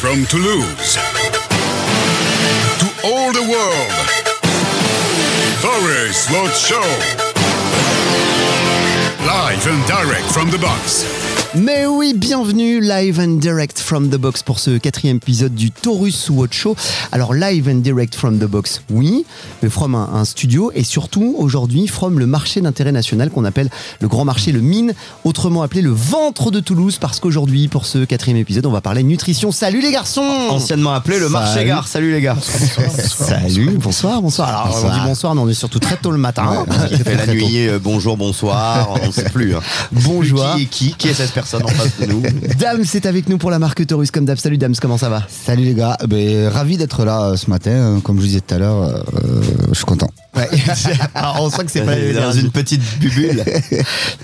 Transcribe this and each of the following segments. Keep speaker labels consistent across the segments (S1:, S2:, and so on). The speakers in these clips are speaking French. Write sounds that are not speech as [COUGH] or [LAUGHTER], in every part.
S1: From Toulouse to all the world, Boris Road Show. Live and direct from the box.
S2: Mais oui, bienvenue live and direct from the box pour ce quatrième épisode du Taurus Watch Show. Alors live and direct from the box, oui, mais from un, un studio et surtout aujourd'hui from le marché d'intérêt national qu'on appelle le grand marché, le mine, autrement appelé le ventre de Toulouse parce qu'aujourd'hui pour ce quatrième épisode on va parler nutrition. Salut les garçons
S3: Anciennement appelé le marché
S2: Salut.
S3: gare. Salut les gars.
S2: Salut, bonsoir, bonsoir. Alors on dit bonsoir, mais on est surtout très tôt le matin. hein. [LAUGHS]
S3: Il
S4: Ah,
S3: fait la nuit, euh, bonjour, bonsoir, on ne sait plus.
S4: [LAUGHS]
S3: hein.
S2: Bonjour.
S3: Qui est qui Qui est cette personne en face de nous
S2: Dame, c'est avec nous pour la marque Taurus comme d'hab. Salut Dams, comment ça va
S4: Salut les gars, Eh ben, ravi d'être là euh, ce matin. Euh, Comme je vous disais tout à l'heure, euh, je suis content.
S3: [LAUGHS] Ah,
S2: Alors on sent que c'est pas la
S3: Dans une petite
S4: [LAUGHS]
S3: bubule.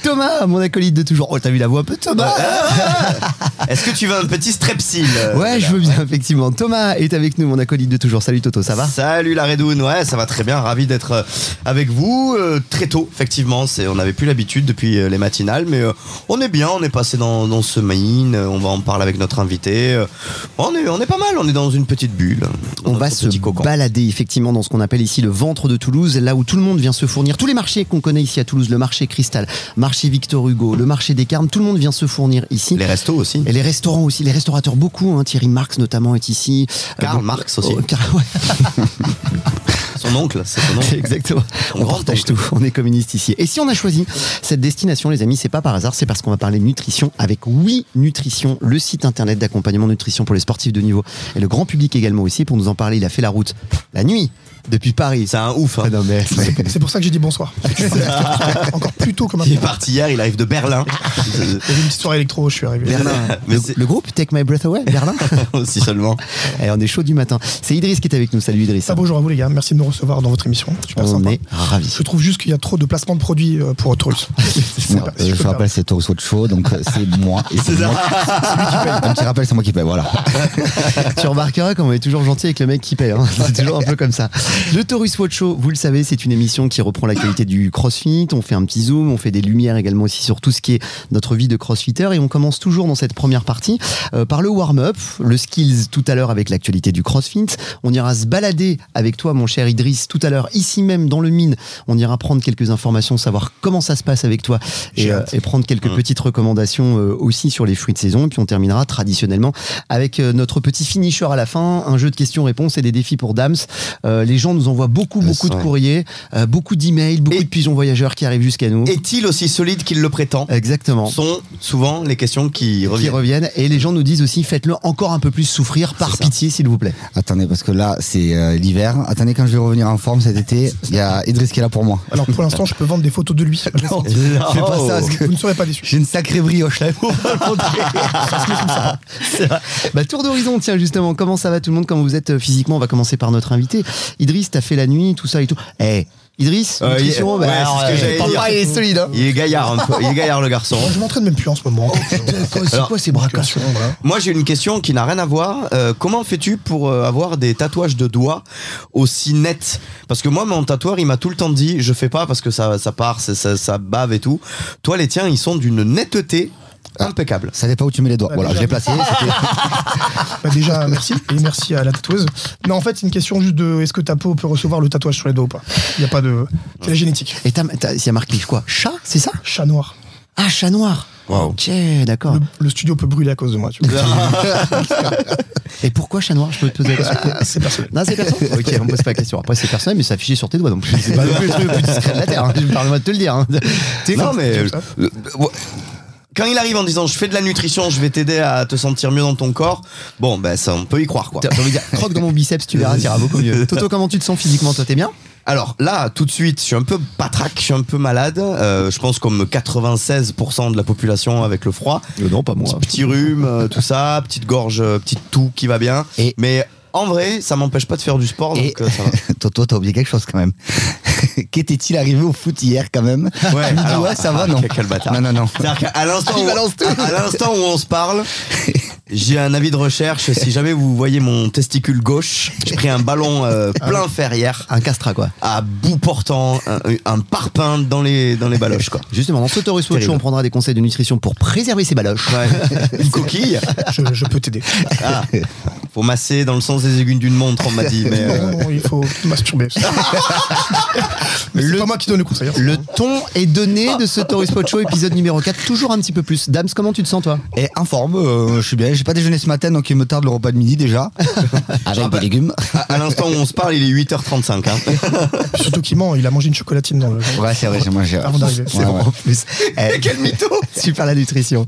S2: Thomas, mon acolyte de toujours. Oh, t'as vu la voix un peu de Thomas hein
S3: Est-ce que tu veux un petit strepsil euh,
S2: Ouais, je
S3: Nicolas
S2: veux bien, effectivement. Thomas est avec nous, mon acolyte de toujours. Salut Toto, ça va
S3: Salut la Redoune, ouais, ça va très bien, ravi d'être euh, avec vous euh, très tôt, effectivement, c'est on n'avait plus l'habitude depuis euh, les matinales, mais euh, on est bien, on est passé dans, dans ce main, euh, on va en parler avec notre invité, euh, on est on est pas mal, on est dans une petite bulle, dans
S2: on va
S3: notre
S2: se
S3: petit cocon.
S2: balader effectivement dans ce qu'on appelle ici le ventre de Toulouse, là où tout le monde vient se fournir. Tous les marchés qu'on connaît ici à Toulouse, le marché Cristal, marché Victor Hugo, le marché des Carmes, tout le monde vient se fournir ici.
S3: Les restos aussi.
S2: Et les restaurants aussi, les restaurateurs beaucoup, hein. Thierry Marx notamment est ici.
S3: Karl
S2: beaucoup-
S3: Marx aussi.
S2: Oh, Karl- [LAUGHS] ouais,
S3: Son oncle, c'est son oncle.
S2: [LAUGHS] Exactement.
S3: On
S2: On
S3: rentre
S2: partage
S3: donc.
S2: tout. On est communiste ici. Et si on a choisi cette destination, les amis, c'est pas par hasard. C'est parce qu'on va parler nutrition avec Oui Nutrition, le site internet d'accompagnement nutrition pour les sportifs de niveau et le grand public également aussi. Pour nous en parler, il a fait la route la nuit depuis Paris.
S3: C'est un ouf. hein.
S2: Ah non, mais-
S5: C'est pour ça que j'ai dit bonsoir. [LAUGHS] Encore plus tôt que
S3: Il est
S5: maintenant.
S3: parti hier, il arrive
S2: [LAUGHS]
S3: de Berlin.
S5: Il y avait une petite soirée électro, je suis arrivé.
S2: Berlin.
S3: [LAUGHS] Mais
S2: Le,
S3: c'est-
S2: le groupe Take My Breath Away, Berlin.
S3: Aussi seulement.
S2: [LAUGHS] Et on est chaud du matin. C'est Idriss qui est avec nous. Salut Idriss.
S5: Ça, bonjour à vous les gars, merci de me recevoir dans votre émission. Super
S2: on
S5: sympa.
S2: est ravis.
S5: Je trouve juste qu'il y a trop de placements de produits euh, pour Taurus.
S4: Non, euh, je vous rappelle, c'est Taurus Watch Show, donc euh, c'est moi. Et c'est moi Un petit rappel, c'est moi qui paye, voilà.
S2: [LAUGHS] Tu remarqueras qu'on est toujours gentil avec le mec qui paie. hein. C'est toujours un peu comme ça. Le Taurus Watch Show, vous le savez, c'est une émission qui reprend la qualité du crossfit. On fait un petit zoom, on fait des lumières également aussi sur tout ce qui est notre vie de crossfitter. Et on commence toujours dans cette première partie euh, par le warm-up, le skills tout à l'heure avec l'actualité du crossfit. On ira se balader avec toi, mon cher Idriss, tout à l'heure, ici même dans le mine. On ira prendre quelques informations, savoir comment ça se passe avec toi et,
S5: J'ai
S2: euh,
S5: hâte.
S2: et prendre quelques
S3: Mmh.
S2: petites recommandations euh, aussi sur les fruits de saison. Et puis on terminera traditionnellement avec euh, notre petit finisher à la fin, un jeu de questions-réponses et des défis pour Dams. Euh, les gens nous envoient beaucoup, beaucoup de
S3: ça.
S2: courriers, euh, beaucoup d'emails, beaucoup
S3: Et-
S2: de pigeons voyageurs qui arrivent jusqu'à nous.
S3: Est-il aussi solide qu'il le prétend
S2: Exactement.
S3: Sont souvent les questions qui
S2: Qui
S3: reviennent.
S2: reviennent. Et les gens nous disent aussi, faites-le encore un peu plus souffrir par
S3: C'est ça.
S2: pitié, s'il vous plaît.
S4: Attendez, parce que là, c'est euh, l'hiver. Attendez, quand je vais revenir en forme cet été, il y a Idriss qui est là pour moi.
S5: Alors pour l'instant, je peux vendre des photos de lui.
S3: Non.
S4: Fais pas ça, parce que
S5: Vous ne serez pas déçus.
S4: j'ai une sacrée brioche là.
S2: C'est vrai. Bah, tour d'horizon, tiens, justement, comment ça va tout le monde Comment vous êtes euh, physiquement On va commencer par notre invité. Idriss, t'as fait la nuit, tout ça et tout. Eh, Idriss,
S3: Euh,
S2: nutrition,
S3: il-
S2: bah,
S3: ouais, c'est
S2: alors,
S3: ce que
S2: euh,
S3: j'allais
S2: papa,
S3: dire.
S2: il est solide. hein.
S3: Il est gaillard un peu. Il est gaillard le garçon.
S5: Moi, je m'entraîne même plus en ce moment.
S2: C'est quoi ces braquages
S5: voilà.
S3: Moi j'ai une question qui n'a rien à voir. Euh, comment fais-tu pour euh, avoir des tatouages de doigts aussi nets Parce que moi mon tatoueur il m'a tout le temps dit je fais pas parce que ça, ça part, ça, ça, ça bave et tout. Toi les tiens ils sont d'une netteté impeccable.
S4: Ça dépend où tu mets les doigts. Voilà, je l'ai placé. c'était-
S5: Bah, déjà, merci. Et merci à la tatoueuse. Non, en fait, c'est une question juste de est-ce que ta peau peut recevoir le tatouage sur les doigts ou pas Il n'y a pas de. C'est la génétique.
S2: Et t'as, t'as, il y a marqué quoi Chat, c'est ça
S5: Chat noir.
S2: Ah, chat noir. Ok, d'accord.
S5: Le, le studio peut brûler à cause de moi. Tu vois.
S2: Et pourquoi chat noir Je peux te poser la question.
S5: C'est personnel.
S2: Non, [LAUGHS] c'est personnel. Ok, on me pose pas la question. Après, c'est personnel, mais c'est affiché sur tes doigts. Donc, c'est [LAUGHS] pas le plus, le plus discret de la terre. hein. Je me parle moi de te le dire. hein.
S3: Non, mais.
S5: ça.
S3: euh, euh, Quand il arrive en disant je fais de la nutrition, je vais t'aider à te sentir mieux dans ton corps, bon, ben ça, on peut y croire quoi.
S2: T'as envie de dire, croque dans mon biceps, tu verras, t'ira beaucoup mieux. Toto, comment tu te sens physiquement Toi, t'es bien
S3: Alors là, tout de suite, je suis un peu patraque, je suis un peu malade. euh, je pense comme 96% de la population avec le froid.
S2: Non, pas moi.
S3: Petit rhume, euh, tout
S5: [LAUGHS]
S3: ça, petite gorge, euh, petite toux qui va bien.
S4: Et-
S3: Mais en vrai, ça m'empêche pas de faire du sport,
S4: Et-
S3: donc euh, ça
S5: [LAUGHS]
S3: va.
S4: [LAUGHS] Toto, t'as oublié quelque chose quand même. [LAUGHS] Qu'était-il arrivé au foot hier quand même
S3: Ouais,
S4: Tu me dis,
S3: alors-
S4: ouais, ça va, non
S3: Quel bâtard.
S4: Non, non, non.
S3: C'est-à-dire qu'à l'instant
S4: Il
S3: où-
S4: balance tout.
S5: [LAUGHS]
S3: à- à l'instant où on se parle, J'ai un avis de recherche. Si jamais vous voyez mon testicule gauche, j'ai pris un ballon euh,
S5: Ah
S3: plein fer hier,
S2: Un castra, quoi.
S3: à bout portant, un, un parpaing dans les, dans les baloches, quoi.
S2: Justement, dans ce Taurus Watch
S3: Terrible.
S2: Show, on prendra des conseils de nutrition pour préserver ses baloches. [LAUGHS]
S3: Ouais. Une coquille.
S5: Je, je peux t'aider.
S3: Ah. Faut masser dans le sens des aiguilles d'une montre, on m'a dit. Mais
S5: [LAUGHS]
S3: euh,
S5: Non, non, il faut
S2: [LAUGHS]
S5: masturber. Mais c'est pas moi qui donne le conseil. hein.
S2: Le ton est donné de ce Taurus Watch Show épisode numéro 4, toujours un petit peu plus. Dams, comment tu te sens, toi
S4: Et informe, euh, je suis bien. J'ai pas déjeuné ce matin, donc il me tarde le repas de midi déjà. Avec des légumes.
S3: à, à l'instant où on se parle, il est 8h35. hein.
S5: Surtout qu'il ment, il a mangé une chocolatine dans le.
S4: Ouais, c'est vrai, j'ai mangé.
S5: Avant d'arriver.
S4: Ouais, ouais.
S2: En plus. Eh,
S3: [LAUGHS] Quel mytho
S2: Super la nutrition.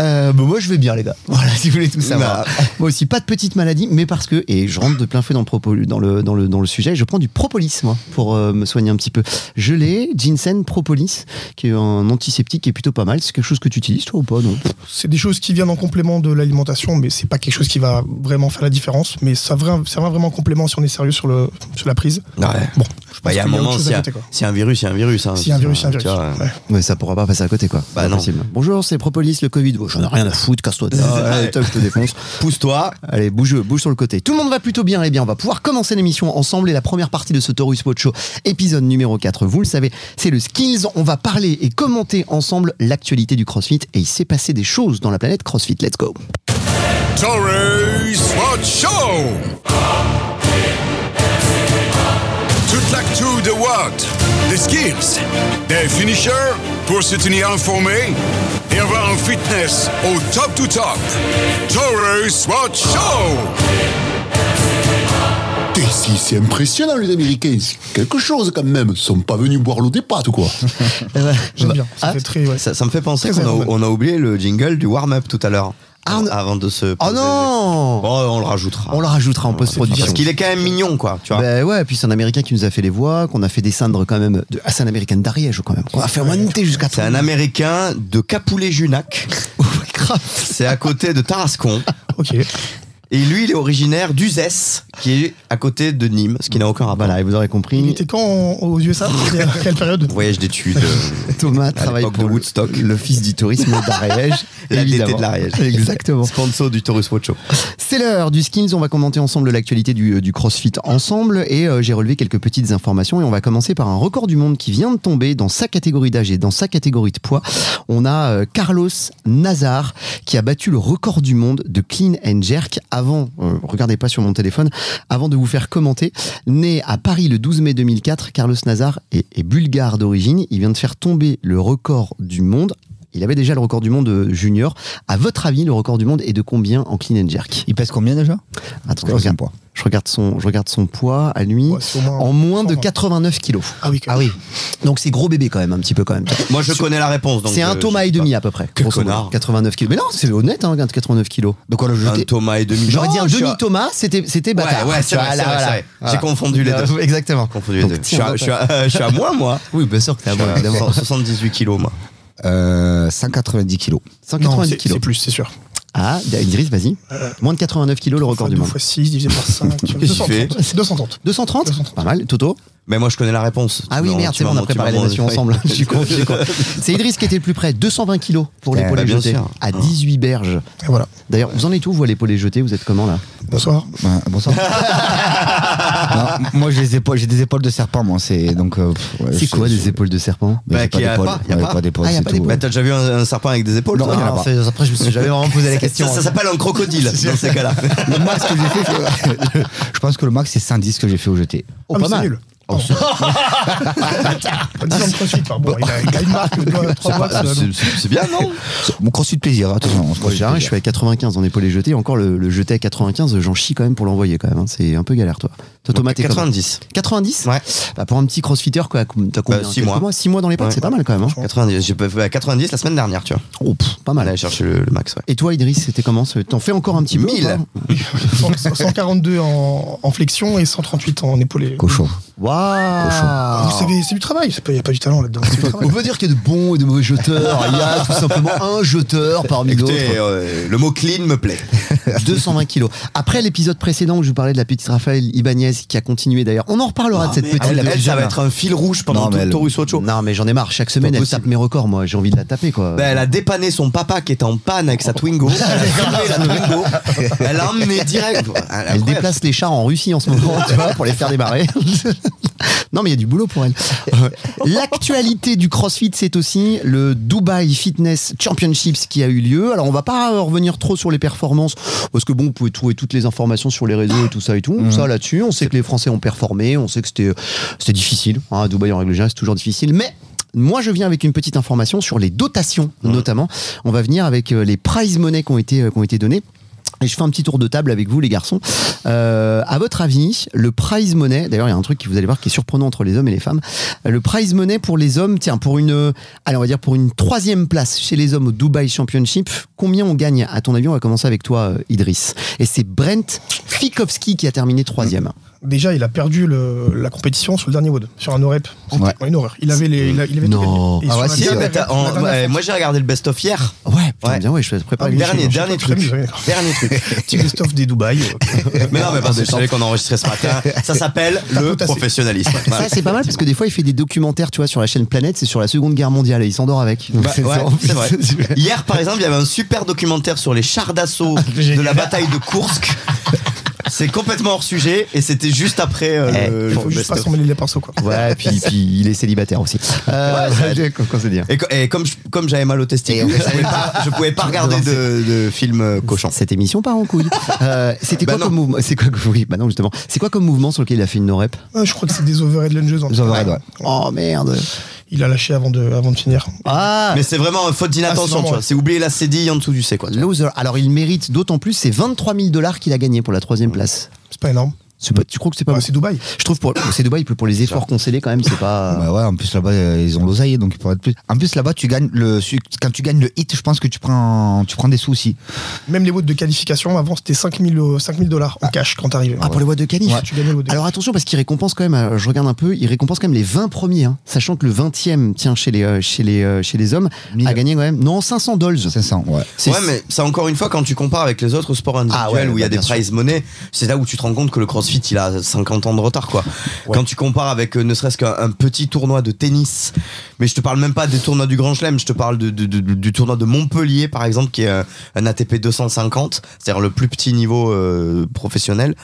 S2: Euh, bon, moi, je vais bien, les gars. Voilà, si vous voulez tout savoir.
S3: Bah.
S2: Moi aussi, pas de petite maladie, mais parce que, et je rentre de plein feu dans le, propo- dans le, dans le, dans le sujet, je prends du propolis, moi, pour euh, me soigner un petit peu. Je l'ai, ginseng propolis, qui est un antiseptique qui est plutôt pas mal. C'est quelque chose que tu utilises, toi, ou pas Non.
S5: C'est des choses qui viennent en complément de l'alimentation, mais c'est pas quelque chose qui va vraiment faire la différence. Mais ça vra- ça va vraiment en complément si on est sérieux sur, le, sur la prise.
S3: Ouais.
S5: Bon,
S3: Bah, Il
S5: je
S3: y a un
S5: qu'il autre
S3: moment,
S5: chose
S3: s'il y,
S5: à
S3: a-
S5: côté, quoi.
S3: s'il y a un virus, il y a un virus. hein.
S5: Si y a un virus, il y a un
S3: Tu
S5: virus.
S3: vois, ouais.
S5: Ouais.
S2: Ouais, ça pourra pas passer à côté, quoi.
S3: Bah
S2: Pas
S3: non.
S2: possible. Bonjour, c'est Propolis, le Covid. Oh, J'en ai rien à foutre, casse-toi. de là. Allez, top, je te [LAUGHS] défonce.
S3: Pousse-toi.
S2: Allez, bouge, bouge sur le côté. Tout le monde va plutôt bien. Eh bien, on va pouvoir commencer l'émission ensemble. Et la première partie de ce Taurus Pod Show, épisode numéro 4, vous le savez, c'est le Skills. On va parler et commenter ensemble l'actualité du CrossFit. Et il s'est passé des choses dans la planète CrossFit. Let's go.
S1: Toru Swatch Show. Toute l'actu de Watt, des skills, des finishers pour se tenir informé et avoir un fitness au top to top. Toru Swatch Show.
S6: Et si c'est impressionnant, les Américains. C'est quelque chose quand même. Ils sont pas venus boire l'eau des pâtes, quoi.
S5: J'aime bien. Ça
S2: Ah,
S5: fait très. ouais.
S3: Ça, ça me fait penser
S5: Très
S3: qu'on a,
S5: Iron Man.
S3: on a oublié le jingle du warm-up tout à l'heure.
S2: Ah, on-
S3: Avant de se.
S2: Oh non
S3: Bon, on le rajoutera.
S2: On le rajoutera en
S3: Parce
S2: post-production.
S3: qu'il est quand même mignon, quoi. Tu vois.
S2: Ben ouais, et puis c'est un américain qui nous a fait les voix, qu'on a fait descendre quand même. De... Ah, c'est un américain d'Ariège quand même. On a fait monter jusqu'à
S3: C'est un américain
S2: [LAUGHS]
S3: de Capoulet-Junac.
S2: Grave.
S3: C'est à côté de Tarascon.
S5: Ok.
S3: Et lui, il est originaire d'Uzès, qui est à côté de Nîmes, ce qui n'a aucun rapport.
S2: Voilà, et vous aurez
S5: Il
S2: compris.
S5: était quand en-
S2: [LAUGHS]
S5: aux USA C'était à Quelle période
S3: Voyage d'études. euh,
S2: Thomas travaille
S3: l'époque
S2: pour
S3: de Woodstock.
S2: l'office du tourisme d'Ariège.
S3: [LAUGHS] La DT
S2: évidemment.
S3: de l'Ariège.
S2: Exactement.
S3: Sponsor du Taurus Watch Show.
S2: C'est l'heure du skins. On va commenter ensemble l'actualité du, euh, du CrossFit ensemble. Et euh, j'ai relevé quelques petites informations. Et on va commencer par un record du monde qui vient de tomber dans sa catégorie d'âge et dans sa catégorie de poids. On a euh, Carlos Nazar qui a battu le record du monde de clean and jerk avant, euh, regardez pas sur mon téléphone, avant de vous faire commenter. Né à Paris le 12 mai 2004, Carlos Nazar est, est bulgare d'origine. Il vient de faire tomber le record du monde. Il avait déjà le record du monde euh, junior. À votre avis, le record du monde est de combien en clean and jerk
S4: Il pèse combien déjà
S2: Attends, je
S4: Quel est son
S2: regarde,
S4: poids
S2: je regarde son, je regarde son poids à lui.
S5: Ouais, c'est au moins
S2: en moins de
S5: 120.
S2: 89 kilos.
S5: Ah oui, quand
S2: Ah oui. Donc c'est gros bébé quand même, un petit peu quand même.
S3: Moi, je connais la réponse. donc,
S2: C'est un
S3: euh,
S2: Thomas
S3: je-
S2: et demi à peu près.
S3: Quel
S2: grosso modo.
S3: connard.
S2: 89 kilos. Mais non, c'est honnête, hein, 89 kilos.
S4: Donc on l'a
S3: Un
S4: jeté.
S3: Thomas et demi.
S2: J'aurais dit un
S3: Non, je suis à-
S2: demi-Thomas, c'était, c'était
S3: Ouais,
S2: bâtard.
S3: ouais, c'est
S2: Tu
S3: vrai,
S2: vois,
S3: c'est
S2: là,
S3: vrai,
S2: voilà.
S3: c'est vrai.
S2: Voilà. Euh,
S3: J'ai confondu les deux.
S2: Exactement.
S3: Confondu les
S2: Donc,
S3: deux. Je
S2: tiens,
S3: suis à-
S2: donc,
S3: je suis à- je suis à moins, moi.
S2: Oui, bien sûr que t'es à moi,
S3: Euh,
S2: Ah, évidemment.
S3: 78 kilos, moi.
S4: Euh, 190 kilos.
S5: Non,
S2: 190
S5: c'est
S2: kilos.
S5: c'est plus, c'est sûr.
S2: Ah, Idriss, vas-y. Moins de 89 kilos, le record du
S5: 2
S2: monde.
S5: fois 6
S2: [LAUGHS]
S5: divisé par 5.
S3: fait
S5: 230. 230.
S2: 230, Pas mal, Toto.
S3: Mais moi, je connais la réponse.
S2: Ah oui,
S3: Non,
S2: merde,
S3: tu
S2: c'est bon,
S3: m'as
S2: on a
S3: menti,
S2: préparé
S3: tu m'as
S2: l'émission
S3: menti.
S2: ensemble. hein.
S3: [LAUGHS]
S2: je suis con, je suis con. C'est Idriss qui était le plus près, 220 kilos pour les
S4: Eh,
S2: l'épaulé
S3: bah, bien
S2: jeté,
S3: sûr.
S2: à 18 berges.
S5: Et voilà.
S2: D'ailleurs, vous en êtes où, vous, à l'épaulé jeté Vous êtes comment là
S5: Bonsoir.
S4: Ben, bonsoir. Non, moi j'ai des épaules, j'ai des épaules de serpent moi c'est donc. euh, pff, ouais,
S2: C'est
S4: je-
S2: quoi
S4: je-
S2: des épaules de serpent
S4: Ben,
S3: Bah,
S4: j'ai pas
S3: qu'il y a
S4: d'épaules,
S3: pas, il y a
S4: ouais,
S3: pas.
S4: d'épaules,
S2: Ah, il y a
S4: c'est
S2: pas
S4: tout,
S2: d'épaules.
S3: Bah,
S4: ouais.
S3: t'as déjà vu un, un serpent avec des épaules
S4: Non,
S3: toi hein
S4: il y en a pas.
S2: après, je me suis jamais vraiment posé la hein.
S3: Ça, ça s'appelle un [LAUGHS] crocodile dans ces cas-là.
S4: Le max que j'ai fait, je... je pense que le max c'est [LAUGHS] 110 que j'ai fait au jeté.
S2: Oh,
S5: Ah, mais
S2: pas
S5: c'est
S2: mal.
S5: nul. [LAUGHS] Pas 10 ans de crossfit, par bon, il a- il a une marque, 3 boîtes.
S3: C'est- c'est c'est bien, non
S4: Mon crossfit plaisir, attention. on se
S2: Moi,
S4: crossfit
S2: j'ai rien, je
S4: plaisir.
S2: suis à 95 en épaulé jeté. Encore le, le jeté à 95, j'en chie quand même pour l'envoyer quand même. hein. C'est un peu galère, toi. Toi, Thomas, t'es comment
S3: 90.
S2: 90
S3: Ouais.
S2: Bah, Pour un petit crossfitter, quoi. T'as combien
S3: Bah, six
S2: Quelques
S3: mois.
S2: 6 mois dans les pattes,
S3: Ouais.
S2: c'est pas mal quand même. hein.
S3: 90. J'ai pas fait à 90 la semaine dernière, tu vois.
S2: Oh, pff, pas mal.
S3: Allez chercher le, le max, ouais.
S2: Et toi, Idriss, c'était comment ce- T'en fais encore un petit peu ou
S3: 1000.
S2: pas
S5: euh, 142 en, en flexion et 138 en épaulé.
S4: Cochon.
S2: Waouh
S5: Vous savez, c'est du travail, il n'y a pas du talent là-dedans. c'est du travail.
S2: On peut dire qu'il y a de bons et de mauvais jeteurs. Il y a tout simplement un jeteur parmi
S3: Écoutez,
S2: d'autres.
S3: euh, le mot clean me plaît.
S2: [LAUGHS] 220 kilos. Après l'épisode précédent où je vous parlais de la petite Raphaël Ibanez qui a continué d'ailleurs, on en
S3: Ah,
S2: reparlera de cette petite.
S3: elle,
S2: elle,
S3: ça va être un fil rouge
S2: Non,
S3: pendant
S2: mais
S3: tout
S2: elle-
S3: le Toru Socho.
S2: Non, mais j'en ai marre. Chaque semaine,
S3: Pas
S2: elle
S3: possible.
S2: tape mes records, moi. J'ai envie de la taper, quoi.
S3: Ben, elle a dépanné son papa qui était en panne avec sa [LAUGHS] Twingo. Elle a filmé la Twingo. Oh. Elle a emmené direct.
S2: Elle déplace les chars en Russie en ce moment, tu vois, pour les faire démarrer. [LAUGHS] non, mais il y a du boulot pour elle. Euh, L'actualité du CrossFit, c'est aussi le Dubai Fitness Championships qui a eu lieu. Alors, on va pas euh, revenir trop sur les performances, parce que bon, vous pouvez trouver toutes les informations sur les réseaux et tout ça et tout. Ça, là-dessus, on sait que les Français ont performé, on sait que c'était euh, c'était difficile. hein, à Dubaï, en règle générale, c'est toujours difficile, mais moi, je viens avec une petite information sur les dotations, notamment. On va venir avec euh, les prize money qui ont été, euh, qui ont été données. Et je fais un petit tour de table avec vous, les garçons. Euh, à votre avis, le prize money, d'ailleurs, il y a un truc que vous allez voir qui est surprenant entre les hommes et les femmes. Euh, Le prize money pour les hommes, tiens, pour une, euh, allez, on va dire pour une troisième place chez les hommes au Dubai Championship, combien on gagne À ton avis, on va commencer avec toi, euh, Idriss. Et c'est Brent Fikowski qui a terminé troisième.
S5: Déjà, il a perdu le- la compétition sur le dernier WOD, sur un OREP. C'était
S4: Ouais.
S5: une horreur. Il avait les. Il a- il avait
S2: Non.
S5: tout gagné. Et
S2: Ah
S5: sur
S2: ouais,
S5: la
S2: si,
S5: dernière-
S2: mais
S5: la dernière-
S3: moi j'ai regardé le best-of hier.
S2: Ouais, putain,
S3: Ouais.
S2: bien, ouais, je prépare
S3: Ah,
S2: les
S3: dernier,
S2: chiffres.
S3: dernier
S5: je sais
S3: truc.
S5: pas, je sais
S3: Dernier truc.
S5: Petit best-of des Dubaï. euh,
S3: Mais non, mais parce que je savais qu'on enregistrait ce matin. Ça s'appelle le
S5: tassé.
S3: professionnalisme.
S2: Ça,
S3: Voilà.
S2: c'est pas mal parce que des fois, il fait des documentaires, tu vois, sur la chaîne Planète, c'est sur la Seconde Guerre mondiale et il s'endort avec. Donc,
S3: Bah,
S2: [LAUGHS] c'est
S3: ouais,
S2: ça.
S3: c'est vrai.
S2: [LAUGHS]
S3: Hier, par exemple, il y avait un super documentaire sur les chars d'assaut de la bataille de Kursk. C'est complètement hors sujet et c'était juste après euh,
S2: Eh,
S3: le-
S5: Il faut
S3: le
S5: juste pas
S3: best-of.
S5: s'emmêler les pinceaux, quoi.
S3: [LAUGHS]
S2: Ouais, puis, puis il est célibataire aussi. Euh, [LAUGHS] qu'on- qu'on se dise.
S3: Et, co- et comme, je- comme j'avais mal au testicule, je pouvais pas, je
S2: [LAUGHS]
S3: pouvais pas regarder de, de film euh, cochon.
S2: Cette émission part en couille. Euh, C'était
S3: Bah
S2: quoi
S3: non.
S2: comme mouvement C'est quoi que- Oui, bah non justement. C'est quoi comme mouvement sur lequel il a fait une no-rep
S5: Ouais, Euh, Je crois que c'est des overhead lunges. en fait.
S4: overhead, ouais.
S2: Oh merde.
S5: Il a lâché avant de, avant de finir.
S2: Ah.
S3: Mais c'est vraiment une faute
S5: Ah, c'est
S3: d'inattention,
S5: vraiment,
S3: tu vois.
S5: ouais.
S3: C'est oublier la cédille en dessous du C, quoi. tu vois.
S2: Loser. Alors il mérite d'autant plus ces 23 000 dollars qu'il a gagné pour la troisième place.
S5: C'est pas énorme.
S2: C'est pas- tu crois que c'est pas
S5: Bah,
S2: beaucoup
S5: c'est Dubaï.
S2: Je trouve pour c'est Dubaï pour les efforts concédés quand même c'est pas.
S4: Bah ouais, en plus là-bas, euh, ils ont l'oseille, donc ils pourraient être plus. En plus là-bas, tu gagnes le, su- quand tu gagnes le hit, je pense que tu prends, tu prends des sous aussi.
S5: Même les votes de qualification, avant, c'était 5000 dollars en cash quand t'arrivais.
S2: Ah pour les boîtes de canif.
S5: Ouais, tu gagnais le vote de
S2: Alors attention parce qu'il récompense quand même, euh, je regarde un peu, il récompense quand même les 20 premiers, hein, sachant que le 20e, tiens, chez les, euh, chez les, euh, chez les hommes,
S4: Mille.
S2: a gagné quand même, non, 500 dollars.
S4: 500, ouais.
S2: C'est-
S3: Ouais, mais ça encore une fois, quand tu compares avec les autres sports individuels
S2: Ah ouais,
S3: où il y a
S2: bah,
S3: des
S2: bien sûr.
S3: prize money, c'est là où tu te rends compte que le crossfit il a 50 ans de retard quoi. Quand tu compares avec euh, ne serait-ce qu'un un petit tournoi de tennis, mais je te parle même pas des tournois du Grand Chelem, je te parle de- de- de- du tournoi de Montpellier par exemple qui est un, un ATP 250, c'est-à-dire le plus petit niveau euh, professionnel,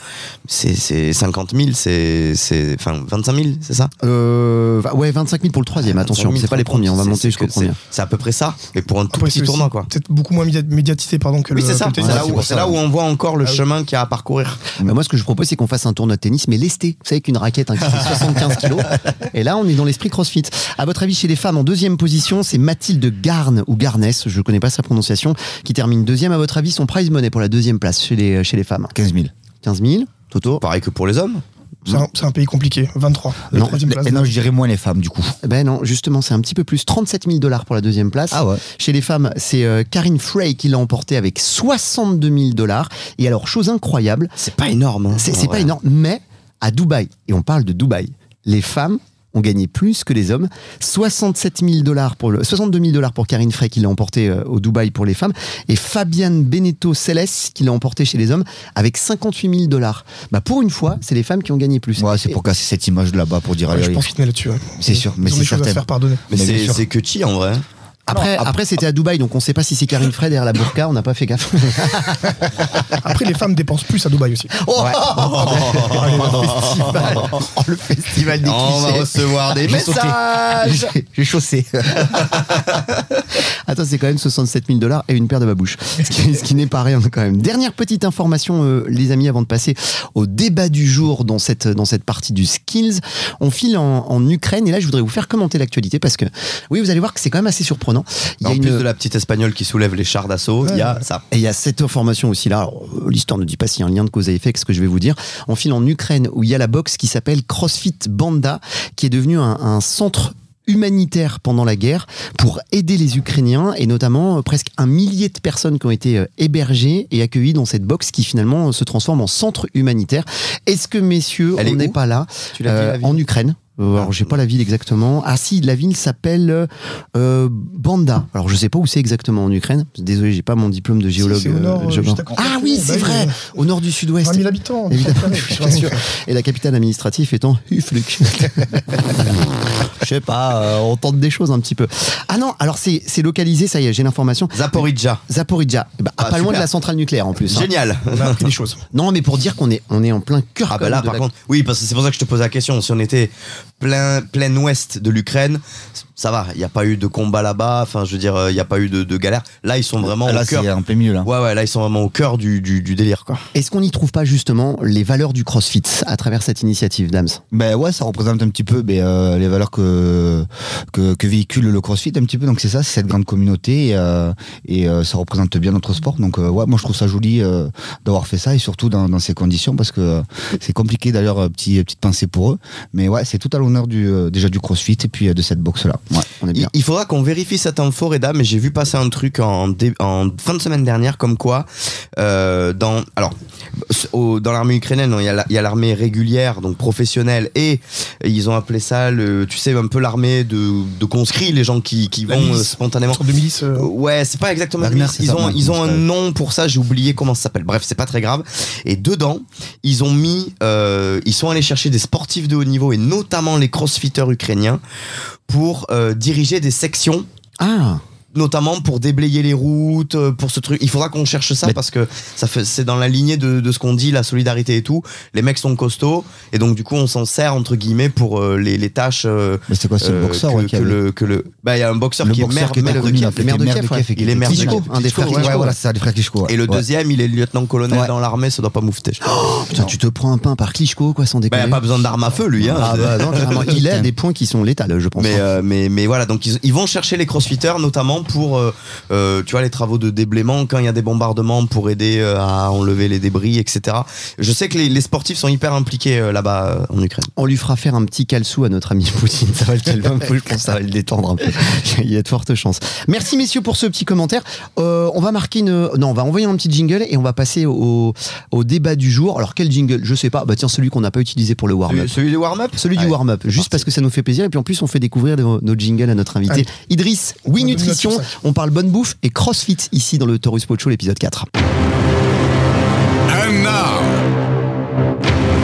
S3: c'est- c'est 50 000, c'est c'est- enfin 25 000, c'est ça
S2: Euh, va- ouais, 25 000 pour le troisième, attention,
S3: 25 000,
S2: c'est pas les premiers, on va
S3: c'est-
S2: monter
S3: c'est
S2: jusqu'au
S3: que- c'est-
S2: premier.
S3: C'est à peu près ça, mais pour un tout
S5: Après,
S3: petit
S5: c'est aussi
S3: tournoi quoi.
S5: Peut-être beaucoup moins média- médiatisé pardon, que
S3: Oui,
S5: le.
S3: c'est ça.
S5: que le
S3: C'est
S5: tennis.
S3: là, où, c'est là où on voit encore le chemin qu'il y a à parcourir.
S2: Bah, moi, ce que je propose, c'est qu'on fasse un tournoi de tennis, mais lesté. Vous savez, avec une raquette hein, qui fait 75 kilos. Et là, on est dans l'esprit crossfit. À votre avis, chez les femmes, en deuxième position, c'est Mathilde Garne ou Garnès, je connais pas sa prononciation, qui termine deuxième. À votre avis, son prize money pour la deuxième place chez les, euh, chez les femmes
S4: 15 000.
S2: 15 000 Toto
S3: Pareil que pour les hommes.
S5: C'est un, c'est un pays compliqué. 23. La
S4: Non,
S5: troisième place.
S4: et Euh, non, je dirais moins les femmes du coup.
S2: Ben non, justement, c'est un petit peu plus. 37 000 dollars pour la deuxième place.
S4: Ah ouais.
S2: Chez les femmes, c'est euh, Karine Frey qui l'a emporté avec 62 000 dollars. Et alors, chose incroyable,
S3: C'est pas énorme. hein.
S4: Ah,
S2: c'est c'est
S3: Ouais.
S2: pas énorme, mais à Dubaï, et on parle de Dubaï, les femmes ont gagné plus que les hommes. 67 000 dollars pour le, 62 000 dollars pour Karine Frey qui l'a emporté euh, au Dubaï pour les femmes et Fabienne Beneteau Céleste qui l'a emporté chez les hommes avec 58 000 dollars. Bah pour une fois, c'est les femmes qui ont gagné plus.
S4: Ouais, c'est pour casser cette image de là-bas pour dire.
S5: Ouais, je
S4: allez,
S5: pense qu'il tenait là-dessus. ouais.
S4: C'est sûr, mais
S5: Ils ont
S4: c'est
S5: des choses à
S4: certain.
S5: se faire pardonner.
S3: Mais
S4: Mais bien
S3: c'est
S4: sûr.
S3: c'est que chi en vrai.
S2: Après, après c'était à Dubaï, donc on sait pas si c'est Karine Frey derrière la burqa, on n'a pas fait gaffe.
S5: Après, les femmes dépensent plus à Dubaï aussi.
S3: [LAUGHS]
S2: Oh, le festival des
S3: Oh, On va
S2: clichés. [LAUGHS]
S3: recevoir des
S2: J'ai sauté.
S3: messages.
S2: J'ai- J'ai chaussé. [LAUGHS] Attends, c'est quand même 67 000 dollars et une paire de babouches. Ce qui, ce qui n'est pas rien quand même. Dernière petite information, euh, les amis, avant de passer au débat du jour dans cette, dans cette partie du skills. On file en, en Ukraine et là, je voudrais vous faire commenter l'actualité parce que, oui, vous allez voir que c'est quand même assez surprenant. Il y a
S3: En plus
S2: une-
S3: de la petite espagnole qui soulève les chars d'assaut, il y a ça.
S2: et il y a cette information aussi là. Alors, euh, L'histoire ne dit pas s'il y a un lien de cause à effet avec ce que je vais vous dire. On file en Ukraine où il y a la boxe qui s'appelle CrossFit Banda, qui est devenu un, un centre humanitaire pendant la guerre pour aider les Ukrainiens et notamment euh, presque un millier de personnes qui ont été euh, hébergées et accueillies dans cette boxe qui finalement euh, se transforme en centre humanitaire. Est-ce que messieurs,
S3: Elle
S2: on
S3: est
S2: n'est
S3: où
S2: pas là
S3: Tu l'as dit, la ville
S2: Euh,
S3: Ah.
S2: en Ukraine Euh, alors, j'ai pas la ville exactement. Ah si, la ville s'appelle euh, Banda. Alors, je sais pas où c'est exactement en Ukraine. Désolé, j'ai pas mon diplôme de géologue.
S5: c'est au
S2: euh,
S5: nord, euh,
S2: Jobin.
S5: juste à côté.
S2: ah oui, c'est
S5: Bah oui,
S2: vrai.
S5: euh,
S2: Au nord du sud-ouest.
S5: 20 000 habitants.
S2: Évidemment,
S5: Ouais,
S2: je suis pas sûr. Et la capitale administrative étant
S5: [LAUGHS]
S2: Hufluk. Je sais pas, euh, on tente des choses un petit peu. Ah non, alors c'est c'est localisé, ça y est, j'ai l'information.
S3: Zaporizhia.
S2: Zaporizhia, Eh ben, à
S3: Ah,
S2: pas loin de
S3: super.
S2: la centrale nucléaire en plus. hein.
S3: Génial.
S5: On a appris des choses.
S2: Non, mais pour dire qu'on est, on est en plein cœur.
S3: [LAUGHS] Ah
S2: quand
S3: bah là
S2: même de
S3: par
S2: la-
S3: contre, oui parce que c'est pour ça que je te pose la question. Si on était plein plein ouest de l'Ukraine, ça va. Il n'y a pas eu de combat là-bas. Enfin, je veux dire, euh, il n'y a pas eu de, de galère. Là, ils sont vraiment
S4: Là,
S3: au cœur.
S4: c'est un peu mieux, là.
S3: Ouais ouais, là ils sont vraiment au cœur du, du, du délire quoi.
S2: Est-ce qu'on n'y trouve pas justement les valeurs du CrossFit à travers cette initiative, Dams
S4: Ben ouais, ça représente un petit peu ben, euh, les valeurs que, que que véhicule le CrossFit un petit peu. Donc c'est ça, c'est cette grande communauté euh, et euh, ça représente bien notre sport. Donc euh, ouais, moi je trouve ça joli euh, d'avoir fait ça et surtout dans, dans ces conditions parce que euh, c'est compliqué d'ailleurs euh, petit petite pensée pour eux. Mais ouais, c'est tout à l'honneur du euh, déjà du CrossFit et puis euh, de cette boxe là. Ouais.
S2: On est
S3: Il,
S2: bien.
S3: il faudra qu'on vérifie cette info, Reda, mais j'ai vu passer un truc en, dé- en fin de semaine dernière, comme quoi, euh, dans, alors, au- dans l'armée ukrainienne, il y a la- il y a l'armée régulière, donc professionnelle, et ils ont appelé ça, le, tu sais, un peu l'armée de, de conscrits, les gens qui, qui
S5: La
S3: vont
S5: milice.
S3: euh, spontanément.
S5: Une sorte de milice. euh,
S3: Euh, Ouais, c'est pas exactement
S4: Hein Wagner,
S3: lui.
S4: c'est
S3: Ils
S4: ça,
S3: ont,
S4: moi,
S3: ils
S4: je
S3: ont un
S4: pense.
S3: nom pour ça, j'ai oublié comment ça s'appelle. Bref, c'est pas très grave. Et dedans, ils ont mis, euh, ils sont allés chercher des sportifs de haut niveau et notamment les crossfitters ukrainiens pour euh, diriger des sections
S2: Ah,
S3: notamment pour déblayer les routes, euh, pour ce truc. Il faudra qu'on cherche ça
S4: Mais-
S3: parce que ça fait, c'est dans la lignée de, de ce qu'on dit, la solidarité et tout. Les mecs sont costauds et donc du coup on s'en sert entre guillemets pour euh, les, les tâches. euh,
S4: Mais c'est quoi, Ah, c'est
S3: euh,
S4: le boxeur
S3: que,
S4: ouais, qui
S3: que
S4: avait-
S3: le que le bah il y a un boxeur
S4: le
S3: qui est
S4: boxeur
S3: maire,
S4: qui était
S3: maire de
S4: connu,
S3: Kiev.
S4: là, qui
S2: maire
S4: était
S2: de
S4: maire de
S2: Kiev, ouais.
S4: Kiev et qui
S3: Il est
S4: était
S3: maire de
S4: Klitschko,
S3: Kiev.
S4: un des
S3: Klitschko, ouais,
S4: frères Klitschko, ouais,
S3: ouais.
S4: voilà, c'est ça, les frères Klitschko, ouais.
S3: Et le
S4: Ouais.
S3: deuxième, il est lieutenant-colonel
S4: Ouais. Ah,
S3: dans l'armée, ça doit pas moufter. je crois.
S2: putain, tu te prends un pain par Klitschko, quoi, sans
S3: Bah, y
S2: déconner.
S3: a pas besoin d'armes à feu, lui. Hein.
S2: Ah bah non, [LAUGHS] carrément. il a des points qui sont létales, je pense. hein.
S3: mais, euh, mais, mais voilà, donc ils, ils vont chercher les crossfitters, notamment pour, euh, euh, tu vois, les travaux de déblaiement quand il y a des bombardements pour aider euh, à enlever les débris, etc. Je sais que les, les sportifs sont hyper impliqués euh, là-bas euh, en Ukraine.
S2: On lui fera faire un petit calçou à notre ami Poutine. Ça va le calmer un peu, je pense que ça va le détendre un peu. Il y a de fortes chances. Merci messieurs pour ce petit commentaire. Euh, on va marquer une... Non, on va envoyer un petit jingle et on va passer au, au débat du jour. Alors quel jingle Je sais pas. Bah tiens, celui qu'on n'a pas utilisé pour le
S4: Ah,
S2: warm-up.
S3: Celui, celui du warm-up
S2: Celui du
S3: Allez.
S2: warm-up, juste parce que ça nous fait plaisir et puis en plus on fait découvrir nos, nos jingles à notre invité.
S5: Allez.
S2: Idriss, oui
S5: On donne une note
S2: nutrition,
S5: sur cinq.
S2: on parle bonne bouffe et crossfit ici dans le Taurus Pocho l'épisode 4.
S1: And now,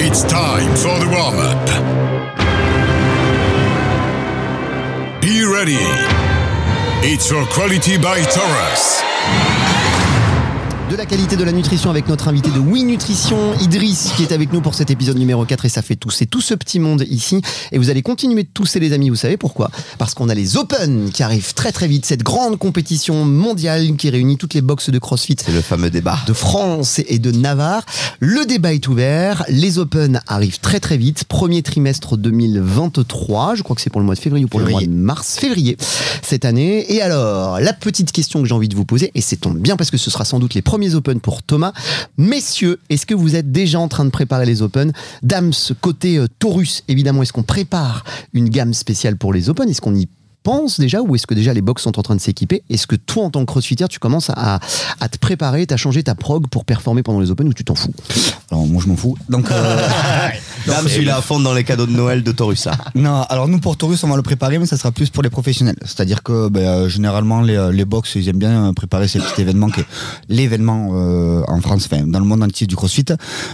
S1: it's time for the warm up. Be ready. It's your quality by Taurus.
S2: De la qualité de la nutrition avec notre invité de Oui Nutrition, Idriss, qui est avec nous pour cet épisode numéro 4 et ça fait tousser tout ce petit monde ici. Et vous allez continuer de tousser les amis, vous savez pourquoi Parce qu'on a les Open qui arrivent très très vite, cette grande compétition mondiale qui réunit toutes les boxes de CrossFit
S3: C'est le fameux débat.
S2: de France et de Navarre. Le débat est ouvert. Les Open arrivent très très vite. Premier trimestre 2023. Je crois que c'est pour le mois de février ou pour
S4: Février.
S2: le mois de mars. Février cette année. Et alors, la petite question que j'ai envie de vous poser, et c'est tombe bien parce que ce sera sans doute les premiers Open pour Thomas. Messieurs, est-ce que vous êtes déjà en train de préparer les Open Dames, côté euh, Taurus, évidemment, est-ce qu'on prépare une gamme spéciale pour les Open Est-ce qu'on y pense déjà ou est-ce que déjà les box sont en train de s'équiper Est-ce que toi, en tant que crossfitter, tu commences à, à te préparer, t'as changé ta prog pour performer pendant les Open ou tu t'en fous
S4: Alors moi je m'en fous.
S3: [LAUGHS]
S4: Donc euh,
S3: Dame, celui-là à fond dans les cadeaux de Noël de Taurus. là.
S4: [LAUGHS] Non, alors nous pour Taurus on va le préparer, mais ça sera plus pour les professionnels. C'est-à-dire que ben, euh, généralement les, euh, les box ils aiment bien euh, préparer ces petits événements, qui est l'événement euh, en France, enfin dans le monde entier du CrossFit.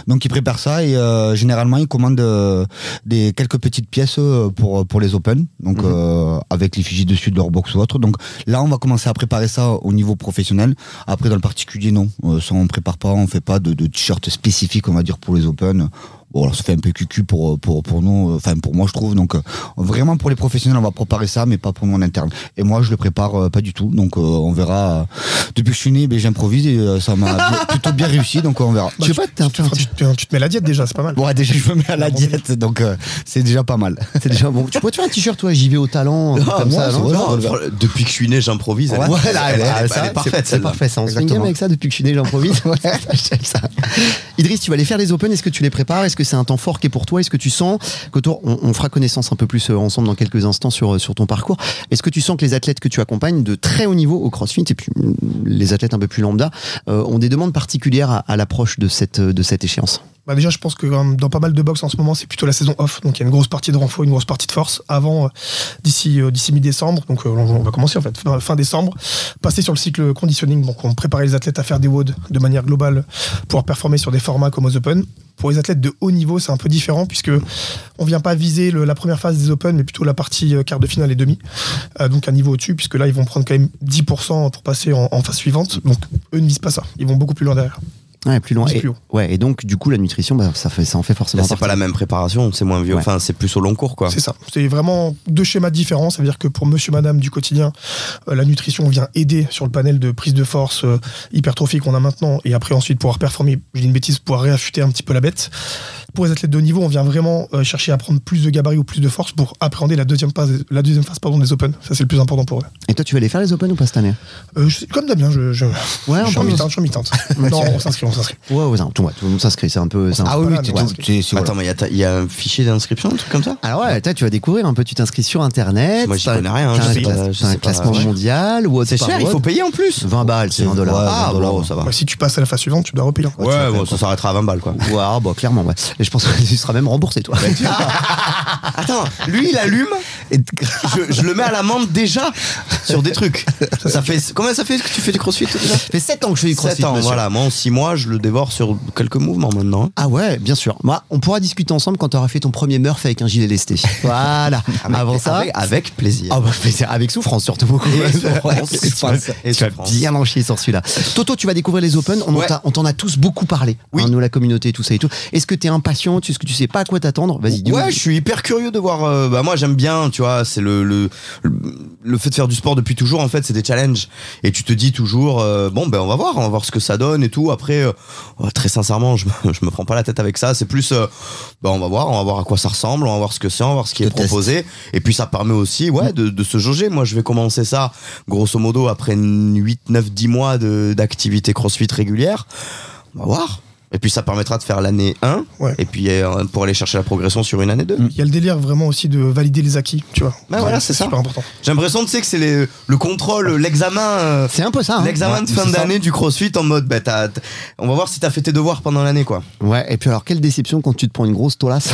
S4: Donc ils préparent ça et euh, généralement ils commandent euh, des quelques petites pièces euh, pour pour les Open, donc euh, avec l'effigie dessus de leur box ou autre. Donc là on va commencer à préparer ça au niveau professionnel. Après dans le particulier non, Euh, ça on prépare pas, on fait pas de, de t-shirt spécifique on va dire pour les Open. Bon, alors ça fait un peu cucu pour, euh, pour, pour nous, euh, enfin pour moi je trouve. Donc euh, vraiment pour les professionnels, on va préparer ça, mais pas pour nous en interne. Et moi je le prépare euh, pas du tout, donc euh, on verra. euh, depuis que je suis né, ben, j'improvise et euh, ça m'a
S3: [LAUGHS]
S4: bi- plutôt bien réussi, donc euh, on verra.
S5: bah,
S2: Je sais pas, t'es un peu
S5: tu, te, tu te mets la diète déjà, c'est pas mal.
S4: Bon, déjà je me mets à
S3: Ah
S4: la diète, donc euh, c'est déjà pas mal.
S2: C'est déjà bon. Tu pourrais te faire un t-shirt, toi, j'y vais au talent, un truc
S4: Ah,
S2: comme
S4: moi,
S2: ça,
S4: c'est
S2: non
S4: vrai.
S3: Non, fr- depuis que je suis né, j'improvise. elle est-
S4: Ouais,
S3: elle,
S4: là,
S3: est-
S4: elle est-
S3: elle est-
S4: ça,
S3: elle est parfaite.
S2: C'est
S3: celle-là.
S2: parfait, ça. On se fait une gamme
S4: Exactement.
S2: avec ça depuis que je suis né,
S3: [LAUGHS]
S2: j'improvise. Ouais, j'aime ça. Idriss, tu vas aller faire les Open. Est-ce que tu les prépares Est-ce que c'est un temps fort qui est pour toi Est-ce que tu sens que toi, on, on fera connaissance un peu plus euh, ensemble dans quelques instants sur, euh, sur ton parcours. Est-ce que tu sens que les athlètes que tu accompagnes de très haut niveau au CrossFit et puis mm, les athlètes un peu plus lambda euh, ont des demandes particulières à, à l'approche de cette, euh, de cette échéance
S5: Bah déjà, je pense que euh, dans pas mal de box en ce moment, c'est plutôt la saison off. Donc il y a une grosse partie de renfort, une grosse partie de force avant euh, d'ici euh, d'ici mi-décembre. Donc euh, on on va commencer en fait fin, fin décembre. Passer sur le cycle conditioning. Donc on prépare les athlètes à faire des WOD de manière globale, pouvoir performer sur des formats comme aux Open. Pour les athlètes de haut niveau, c'est un peu différent puisque on vient pas viser le- la première phase des Open, mais plutôt la partie euh, quart de finale et demi. Euh, donc un niveau au-dessus, puisque là ils vont prendre quand même 10% pour passer en, en phase suivante. Donc eux ne visent pas ça. Ils vont beaucoup plus loin derrière.
S2: Ouais, plus loin.
S5: C'est
S2: Et,
S5: plus haut.
S2: ouais, et donc, du coup, la nutrition, bah, ça, fait, ça en fait forcément
S3: Là, c'est pas la
S2: partie.
S3: même préparation, c'est moins vieux.
S2: Ouais.
S3: Enfin, c'est plus au long cours, quoi.
S5: C'est ça. C'est vraiment deux schémas différents. Ça veut dire que pour monsieur, madame du quotidien, euh, la nutrition vient aider sur le panel de prise de force, euh, hypertrophie qu'on a maintenant, et après ensuite pouvoir performer, je dis une bêtise, pouvoir réaffûter un petit peu la bête. Pour les athlètes de haut niveau, on vient vraiment euh, chercher à prendre plus de gabarit ou plus de force pour appréhender la deuxième phase, la deuxième phase pardon, des Open. Ça, c'est le plus important pour eux.
S2: Et toi, tu vas aller faire les Open ou pas cette année
S5: Euh, je- comme Damien, je, je,
S2: Ouais,
S5: je suis en mi-teinte. je suis en mi-teinte. non, on s'inscrit, on s'inscrit.
S2: Ouais, ouais, tout, ouais, tout le monde s'inscrit, c'est un peu. c'est un-
S4: Ah oui,
S5: Voilà,
S4: t'es
S5: mais
S4: tout-
S5: ouais.
S4: t'es- c'est- voilà.
S3: Attends, mais il y a ta- il y, a un fichier d'inscription, un truc comme ça
S2: Alors ouais, toi, tu vas découvrir un peu, tu t'inscris sur internet.
S3: Moi, j'y
S2: t'as-
S3: connais rien,
S2: t'as
S3: je
S2: un,
S3: sais pas,
S2: classe-
S3: je
S2: t'as un
S3: sais pas.
S2: classement
S3: Ouais.
S2: mondial, WOD
S3: C'est
S2: par
S3: cher, il
S2: WOD.
S3: faut payer en plus
S2: 20 balles, c'est 20 dollars.
S4: ouais,
S2: ah,
S4: 20 dollars,
S2: bon,
S4: ça
S2: ça
S4: va.
S2: va.
S5: Ouais, si tu passes à la phase suivante, tu dois repayer.
S3: Ouais, bon, ça s'arrêtera à 20 balles, quoi.
S2: Ouais, ah, bah, clairement, ouais. Et je pense que tu seras même remboursé, toi.
S3: Bah, Attends, lui, il allume, et je, je le mets à l'amende déjà sur des trucs. Ça fait, combien ça fait que tu fais du crossfit déjà
S2: Ça fait 7 ans que je fais du crossfit.
S3: 7 ans,
S2: monsieur.
S3: voilà. Moi, en 6 mois, je le dévore sur quelques mouvements maintenant.
S2: Ah ouais, bien sûr. Bah, on pourra discuter ensemble quand tu auras fait ton premier Murph avec un gilet
S3: [LAUGHS]
S2: lesté. Voilà. Avant ça.
S3: Avec, avec plaisir.
S2: Ah bah, mais c'est avec souffrance surtout beaucoup. [LAUGHS]
S3: Et souffrance.
S2: tu vas-
S3: Et
S2: tu vas
S3: souffrance.
S2: bien en chier sur celui-là. Toto, tu vas découvrir les Open. On en
S3: Ouais.
S2: t'a- on t'en a tous beaucoup parlé.
S3: Oui.
S2: hein, nous, la communauté, tout ça et tout. Est-ce que t'es impatient Est-ce que tu sais pas à quoi t'attendre Vas-y, dis-nous.
S3: Ouais, je suis hyper curieux de voir. euh, bah moi, j'aime bien, tu vois, c'est le, le le- le fait de faire du sport depuis toujours. En fait, c'est des challenges et tu te dis toujours euh, bon ben on va voir, on va voir ce que ça donne et tout. Après, euh, oh, très sincèrement, je me, [LAUGHS] je me prends pas la tête avec ça. C'est plus euh, bah on va voir, on va voir à quoi ça ressemble, on va voir ce que c'est, on va voir ce qui est
S4: te testes.
S3: proposé. Et puis ça permet aussi, ouais, de, de se jauger. Moi, je vais commencer ça grosso modo après 8, 9, 10 mois de- d'activité CrossFit régulière. On va voir. Et puis ça permettra de faire l'année 1
S5: Ouais.
S3: et puis euh, pour aller chercher la progression sur une année 2.
S2: Mm.
S5: Il y a le délire vraiment aussi de valider les acquis, tu vois.
S3: Bah voilà, c'est ça.
S5: super important.
S3: J'ai l'impression tu sais, que c'est les- le contrôle, l'examen. euh,
S2: C'est un peu ça. hein.
S3: L'examen
S2: Ouais,
S3: de fin
S2: c'est ça.
S3: d'année du crossfit en mode, bah, t'as- t'as- on va voir si t'as fait tes devoirs pendant l'année, quoi.
S2: Ouais, et puis alors, quelle déception quand tu te prends une grosse
S3: [LAUGHS]
S2: tolasse.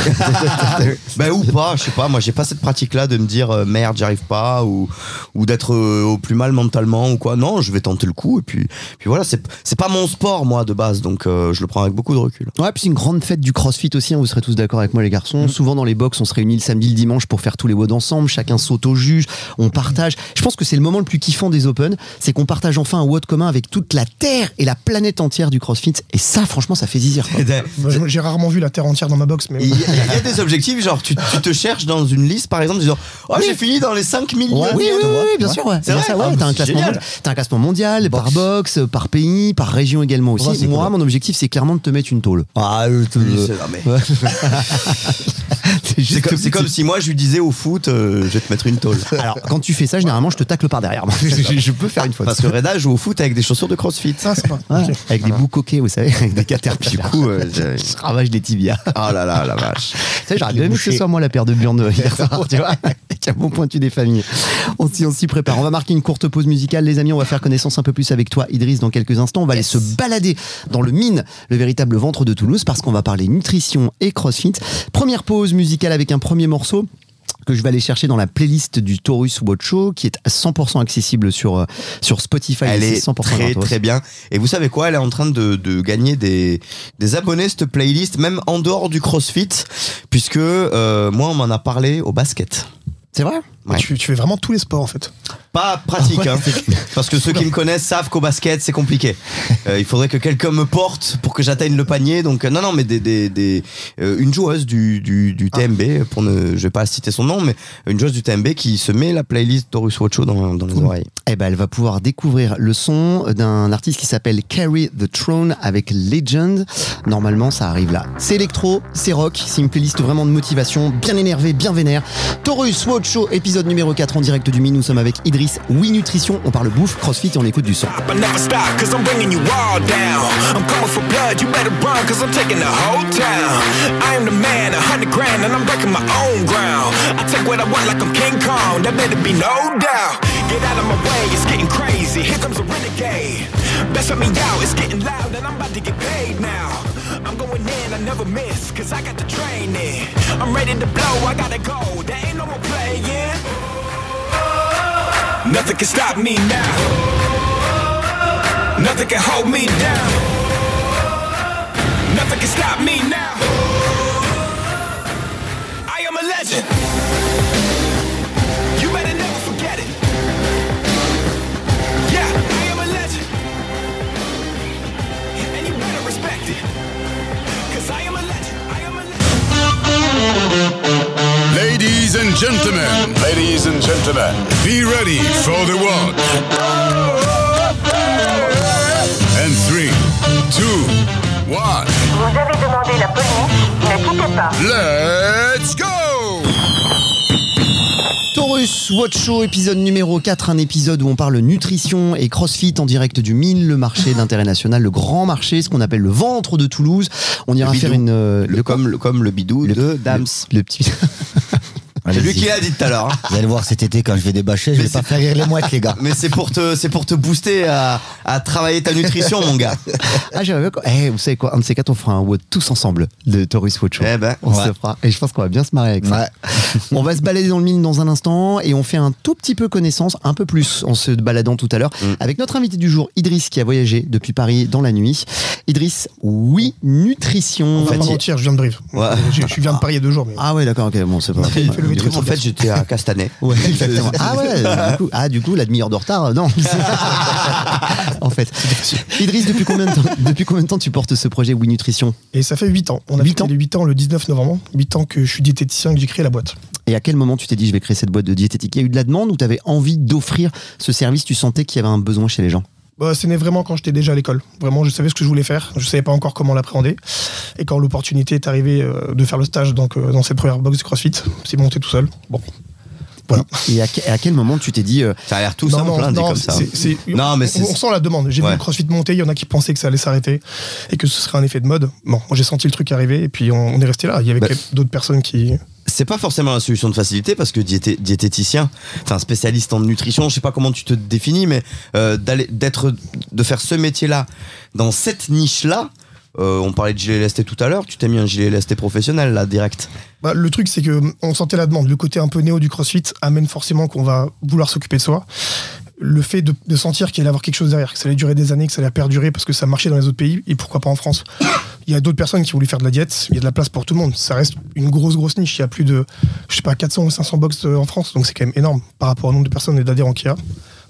S3: bah, ou pas, je sais pas, moi j'ai pas cette pratique-là de me dire euh, merde, j'arrive pas, ou, ou d'être euh, au plus mal mentalement, ou quoi. Non, je vais tenter le coup, et puis, puis voilà, c'est c'est pas mon sport, moi, de base, donc euh, je le prends avec beaucoup de recul.
S2: Ouais, puis c'est une grande fête du crossfit aussi, hein, vous serez tous d'accord avec moi les garçons. Souvent dans les box, on se réunit le samedi, le dimanche pour faire tous les WOD ensemble, chacun s'auto-juge, on partage. Je pense que c'est le moment le plus kiffant des Open, c'est qu'on partage enfin un WOD commun avec toute la Terre et la planète entière du crossfit. Et ça, franchement, ça fait zizir.
S3: [LAUGHS]
S2: quoi.
S5: Bah, je- J'ai rarement vu la terre entière dans ma box, mais
S3: Il y, a- il y a des objectifs, genre tu, tu te cherches dans une liste, par exemple, disant Oh, j'ai fini dans les 5 millions.
S2: Ouais, oui, oui, oui, oui, bien sûr. Ouais.
S3: C'est
S2: Bien
S3: vrai.
S2: ça,
S3: Ah,
S2: ouais,
S3: mais
S2: t'as, un
S3: c'est
S2: classement
S3: génial.
S2: mondial, t'as un classement mondial par box, par pays, par région également aussi.
S4: Ouais, c'est
S2: Moi,
S4: cool.
S2: mon objectif, c'est clairement de te mettre une tôle.
S4: Ah, euh, tout-
S3: Oui, c'est- non, mais- [LAUGHS]
S2: C'est
S3: C'est
S2: juste
S3: comme,
S2: tout
S3: c'est comme
S2: petit.
S3: si moi je lui disais au foot, euh, je vais te mettre une
S2: [LAUGHS]
S3: tôle.
S2: Alors, quand tu fais ça, généralement, je te tacle par derrière. je, je peux faire une faute.
S3: Parce que Reda joue au foot avec des chaussures de crossfit.
S5: [LAUGHS] ça, c'est pas.
S2: Ouais,
S5: ok.
S2: [LAUGHS] Avec des bouts coquets, vous savez, avec des caterpillars.
S3: Du
S2: [LAUGHS]
S3: coup, euh, j'ai-
S2: je ravage les
S3: [LAUGHS]
S2: tibias.
S3: oh là là, la vache.
S2: [LAUGHS] Tu sais, j'aurais bien aimé que ce soit moi la paire de burnes euh,
S3: [LAUGHS]
S2: hier soir, tu vois. Qui a bon pointu des familles. On s'y, on s'y prépare. On va marquer une courte pause musicale, les amis. On va faire connaissance un peu plus avec toi, Idriss, dans quelques instants. On va aller se balader dans le mine, le véritable ventre de Toulouse, parce qu'on va parler nutrition et crossfit. Première pause musicale avec un premier morceau que je vais aller chercher dans la playlist du Taurus Watch Show qui est à 100% accessible sur, euh, sur Spotify.
S3: Elle
S2: C'est
S3: est
S2: 100%
S3: très
S2: gratos.
S3: très bien. Et vous savez quoi Elle est en train de, de gagner des, des abonnés cette playlist, même en dehors du CrossFit, puisque euh, moi on m'en a parlé au basket.
S2: C'est vrai
S3: Ouais.
S5: Tu, tu fais vraiment tous les sports en fait.
S3: Pas pratique, hein, parce que ceux qui me connaissent savent qu'au basket c'est compliqué. Euh, il faudrait que quelqu'un me porte pour que j'atteigne le panier. Donc euh, non, non, mais des, des, des, euh, une joueuse du, du, du TMB, pour ne, je vais pas citer son nom, mais une joueuse du TMB qui se met la playlist Taurus Watcho dans, dans les oreilles.
S2: Eh ben, elle va pouvoir découvrir le son d'un artiste qui s'appelle Carry the Throne avec Legend. Normalement, ça arrive là. C'est électro, c'est rock, c'est une playlist vraiment de motivation, bien énervé, bien vénère. Taurus Watch Show, épisode numéro 4 en direct du Mi. Nous sommes avec Idriss, Oui Nutrition. On parle bouffe, crossfit et on écoute du son.
S7: up, I never stop, cause I'm bringing you all down. I'm calling for blood, you better run, cause I'm taking the whole town. I am the man, a hundred grand, and I'm breaking my own ground. I take what I want like I'm King Kong, there better be no doubt. Get out of my way, it's getting crazy, here comes a renegade. Best let me out, it's getting loud, and I'm about to get paid now. I'm going in, I never miss, cause I got the training. I'm ready to blow, I gotta go. There ain't no more playing. Nothing can stop me now. Nothing can hold me down. Nothing can stop me now. I am a legend. You better never forget it. Yeah, I am a legend. And you better respect it. Cause I am a legend. I am a legend.
S1: Ladies and gentlemen, ladies and gentlemen, be ready for the walk. And three, two, one,
S8: Vous avez demandé la police, ne quittez pas.
S1: let's go!
S2: Taurus Watch Show, épisode numéro 4, un épisode où on parle nutrition et crossfit en direct du mine, le marché d'intérêt national, le grand marché, ce qu'on appelle le ventre de Toulouse. On ira
S3: bidou.
S2: faire une. euh,
S3: Le,
S2: de quoi
S3: comme, le, comme le bidou de
S2: le-
S3: Dams.
S2: Le, petit.
S3: C'est
S4: [LAUGHS] Allez-y.
S3: lui qui l'a dit tout à l'heure. hein.
S4: [LAUGHS] Vous allez voir cet été quand je vais débâcher, je
S3: Mais
S4: vais pas
S3: c'est-
S4: faire rire les mouettes, les gars.
S3: Mais c'est pour te, c'est pour te booster à, à travailler ta nutrition, mon gars.
S2: ah, j'avais. Eh, vous savez quoi Un de ces quatre, on fera un WOD tous ensemble de Taurus Watch Show.
S3: Eh ben,
S2: on
S3: ouais.
S2: se fera. Et je pense qu'on va bien se marrer avec ça. [LAUGHS] on va se balader dans le mine dans un instant et on fait un tout petit peu connaissance, un peu plus en se baladant tout à l'heure,
S3: Mm.
S2: avec notre invité du jour, Idriss, qui a voyagé depuis Paris dans la nuit. Idriss, oui, nutrition.
S5: On va pas mentir, je viens de Brive.
S3: Ouais.
S5: Je, je viens de Paris il y a deux jours. Mais...
S2: Ah ouais, d'accord, ok, bon, c'est pas
S3: Il fait le
S2: Du coup,
S3: métro. En fait, j'étais à Castanet. Ouais,
S2: Exactement. Ah
S3: [LAUGHS]
S2: ouais, du coup, ah, du coup la demi-heure de retard, euh, non. en fait. Idriss, depuis combien, de temps, depuis combien de temps tu portes ce projet Oui Nutrition
S5: Et ça fait 8 ans. On a
S2: Huit
S5: fêté
S2: ans
S5: les 8 ans le 19 novembre. 8 ans que je suis diététicien, que j'ai créé la boîte.
S2: Et à quel moment tu t'es dit je vais créer cette boîte de diététique Il y a eu de la demande ou tu avais envie d'offrir ce service Tu sentais qu'il y avait un besoin chez les gens
S5: Bah, c'est né vraiment quand j'étais déjà à l'école. Vraiment, je savais ce que je voulais faire. Je savais pas encore comment l'appréhender. Et quand l'opportunité est arrivée euh, de faire le stage donc, euh, dans cette première box de CrossFit, c'est monté tout seul. Bon. Voilà.
S2: [LAUGHS] Et à, que- à quel moment tu t'es dit euh,
S3: Ça a l'air tout
S5: Non,
S3: simple,
S5: non,
S3: hein, dit
S5: non,
S3: comme ça.
S5: c'est- c'est-
S3: Non, mais
S5: on,
S3: c'est.
S5: on sent la demande. J'ai
S3: Ouais.
S5: vu le CrossFit monter. Il y en a qui pensaient que ça allait s'arrêter et que ce serait un effet de mode. Bon, moi, j'ai senti le truc arriver et puis on, on est resté là. Il y avait
S3: Bah.
S5: quelques- d'autres personnes qui.
S3: c'est pas forcément la solution de facilité parce que diété- diététicien, enfin spécialiste en nutrition, je sais pas comment tu te définis, mais euh, d'aller- d'être, de faire ce métier-là dans cette niche-là. euh, on parlait de gilet lesté tout à l'heure. Tu t'es mis un gilet lesté professionnel là direct.
S5: Bah, le truc, c'est que hum, on sentait la demande. Le côté un peu néo du crossfit amène forcément qu'on va vouloir s'occuper de soi. Le fait de, de sentir qu'il allait y avoir quelque chose derrière, que ça allait durer des années, que ça allait perdurer parce que ça marchait dans les autres pays et pourquoi pas en France. Il y a d'autres personnes qui voulaient faire de la diète, il y a de la place pour tout le monde. Ça reste une grosse, grosse niche. Il y a plus de, je sais pas, 400 ou 500 box euh, en France, donc c'est quand même énorme par rapport au nombre de personnes et d'adhérents qu'il y a.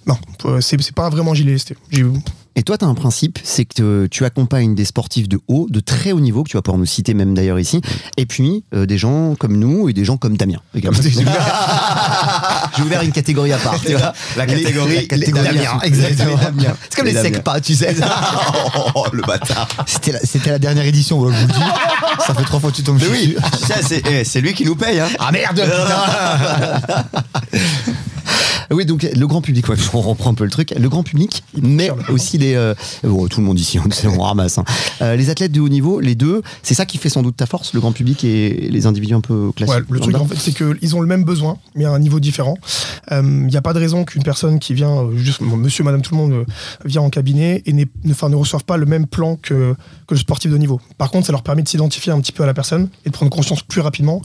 S5: Non, euh, c'est c'est pas vraiment gilet lesté. J'ai-
S2: Et toi,
S4: [LAUGHS]
S2: tu as un principe, c'est que euh, tu accompagnes des sportifs de haut, de très haut niveau, que tu vas pouvoir nous citer même d'ailleurs ici, et puis euh, des gens comme nous et des gens comme Damien.
S4: Oh,
S2: également. J'ai ouvert- j'ai ouvert une catégorie à part,
S3: [LAUGHS]
S2: tu vois.
S3: La
S2: Les-
S3: catégorie,
S2: la catégorie
S3: les
S2: Damien,
S3: Damiens.
S2: exactement.
S3: Les Damiens.
S2: C'est comme les,
S3: Les
S2: secs
S3: Damiens.
S2: pas, tu sais.
S3: Oh, oh, le bâtard.
S4: C'était la, c'était la dernière édition, voilà, je vous le [LAUGHS] dis. Ça fait trois fois que tu tombes
S3: Mais
S2: [LAUGHS]
S3: oui,
S4: dessus.
S3: ça, c'est eh, c'est lui qui nous paye. Hein.
S4: Ah merde
S3: [LAUGHS]
S2: oui, donc le grand public, ouais, on reprend un peu le truc. Le grand public, mais aussi les. euh, bon, tout le monde ici, [LAUGHS] on, sait, on ramasse. hein. Euh, les athlètes de haut niveau, les deux, c'est ça qui fait sans doute ta force, le grand public et les individus un peu classiques.
S5: Ouais, le truc,
S2: lambda.
S5: en fait, c'est qu'ils ont le même besoin, mais à un niveau différent. Il n'y a pas de raison qu'une personne qui vient, euh, juste bon, monsieur, madame, tout le monde, euh, vient en cabinet et n'est- ne, enfin, ne reçoive pas le même plan que, que le sportif de haut niveau. Par contre, ça leur permet de s'identifier un petit peu à la personne et de prendre conscience plus rapidement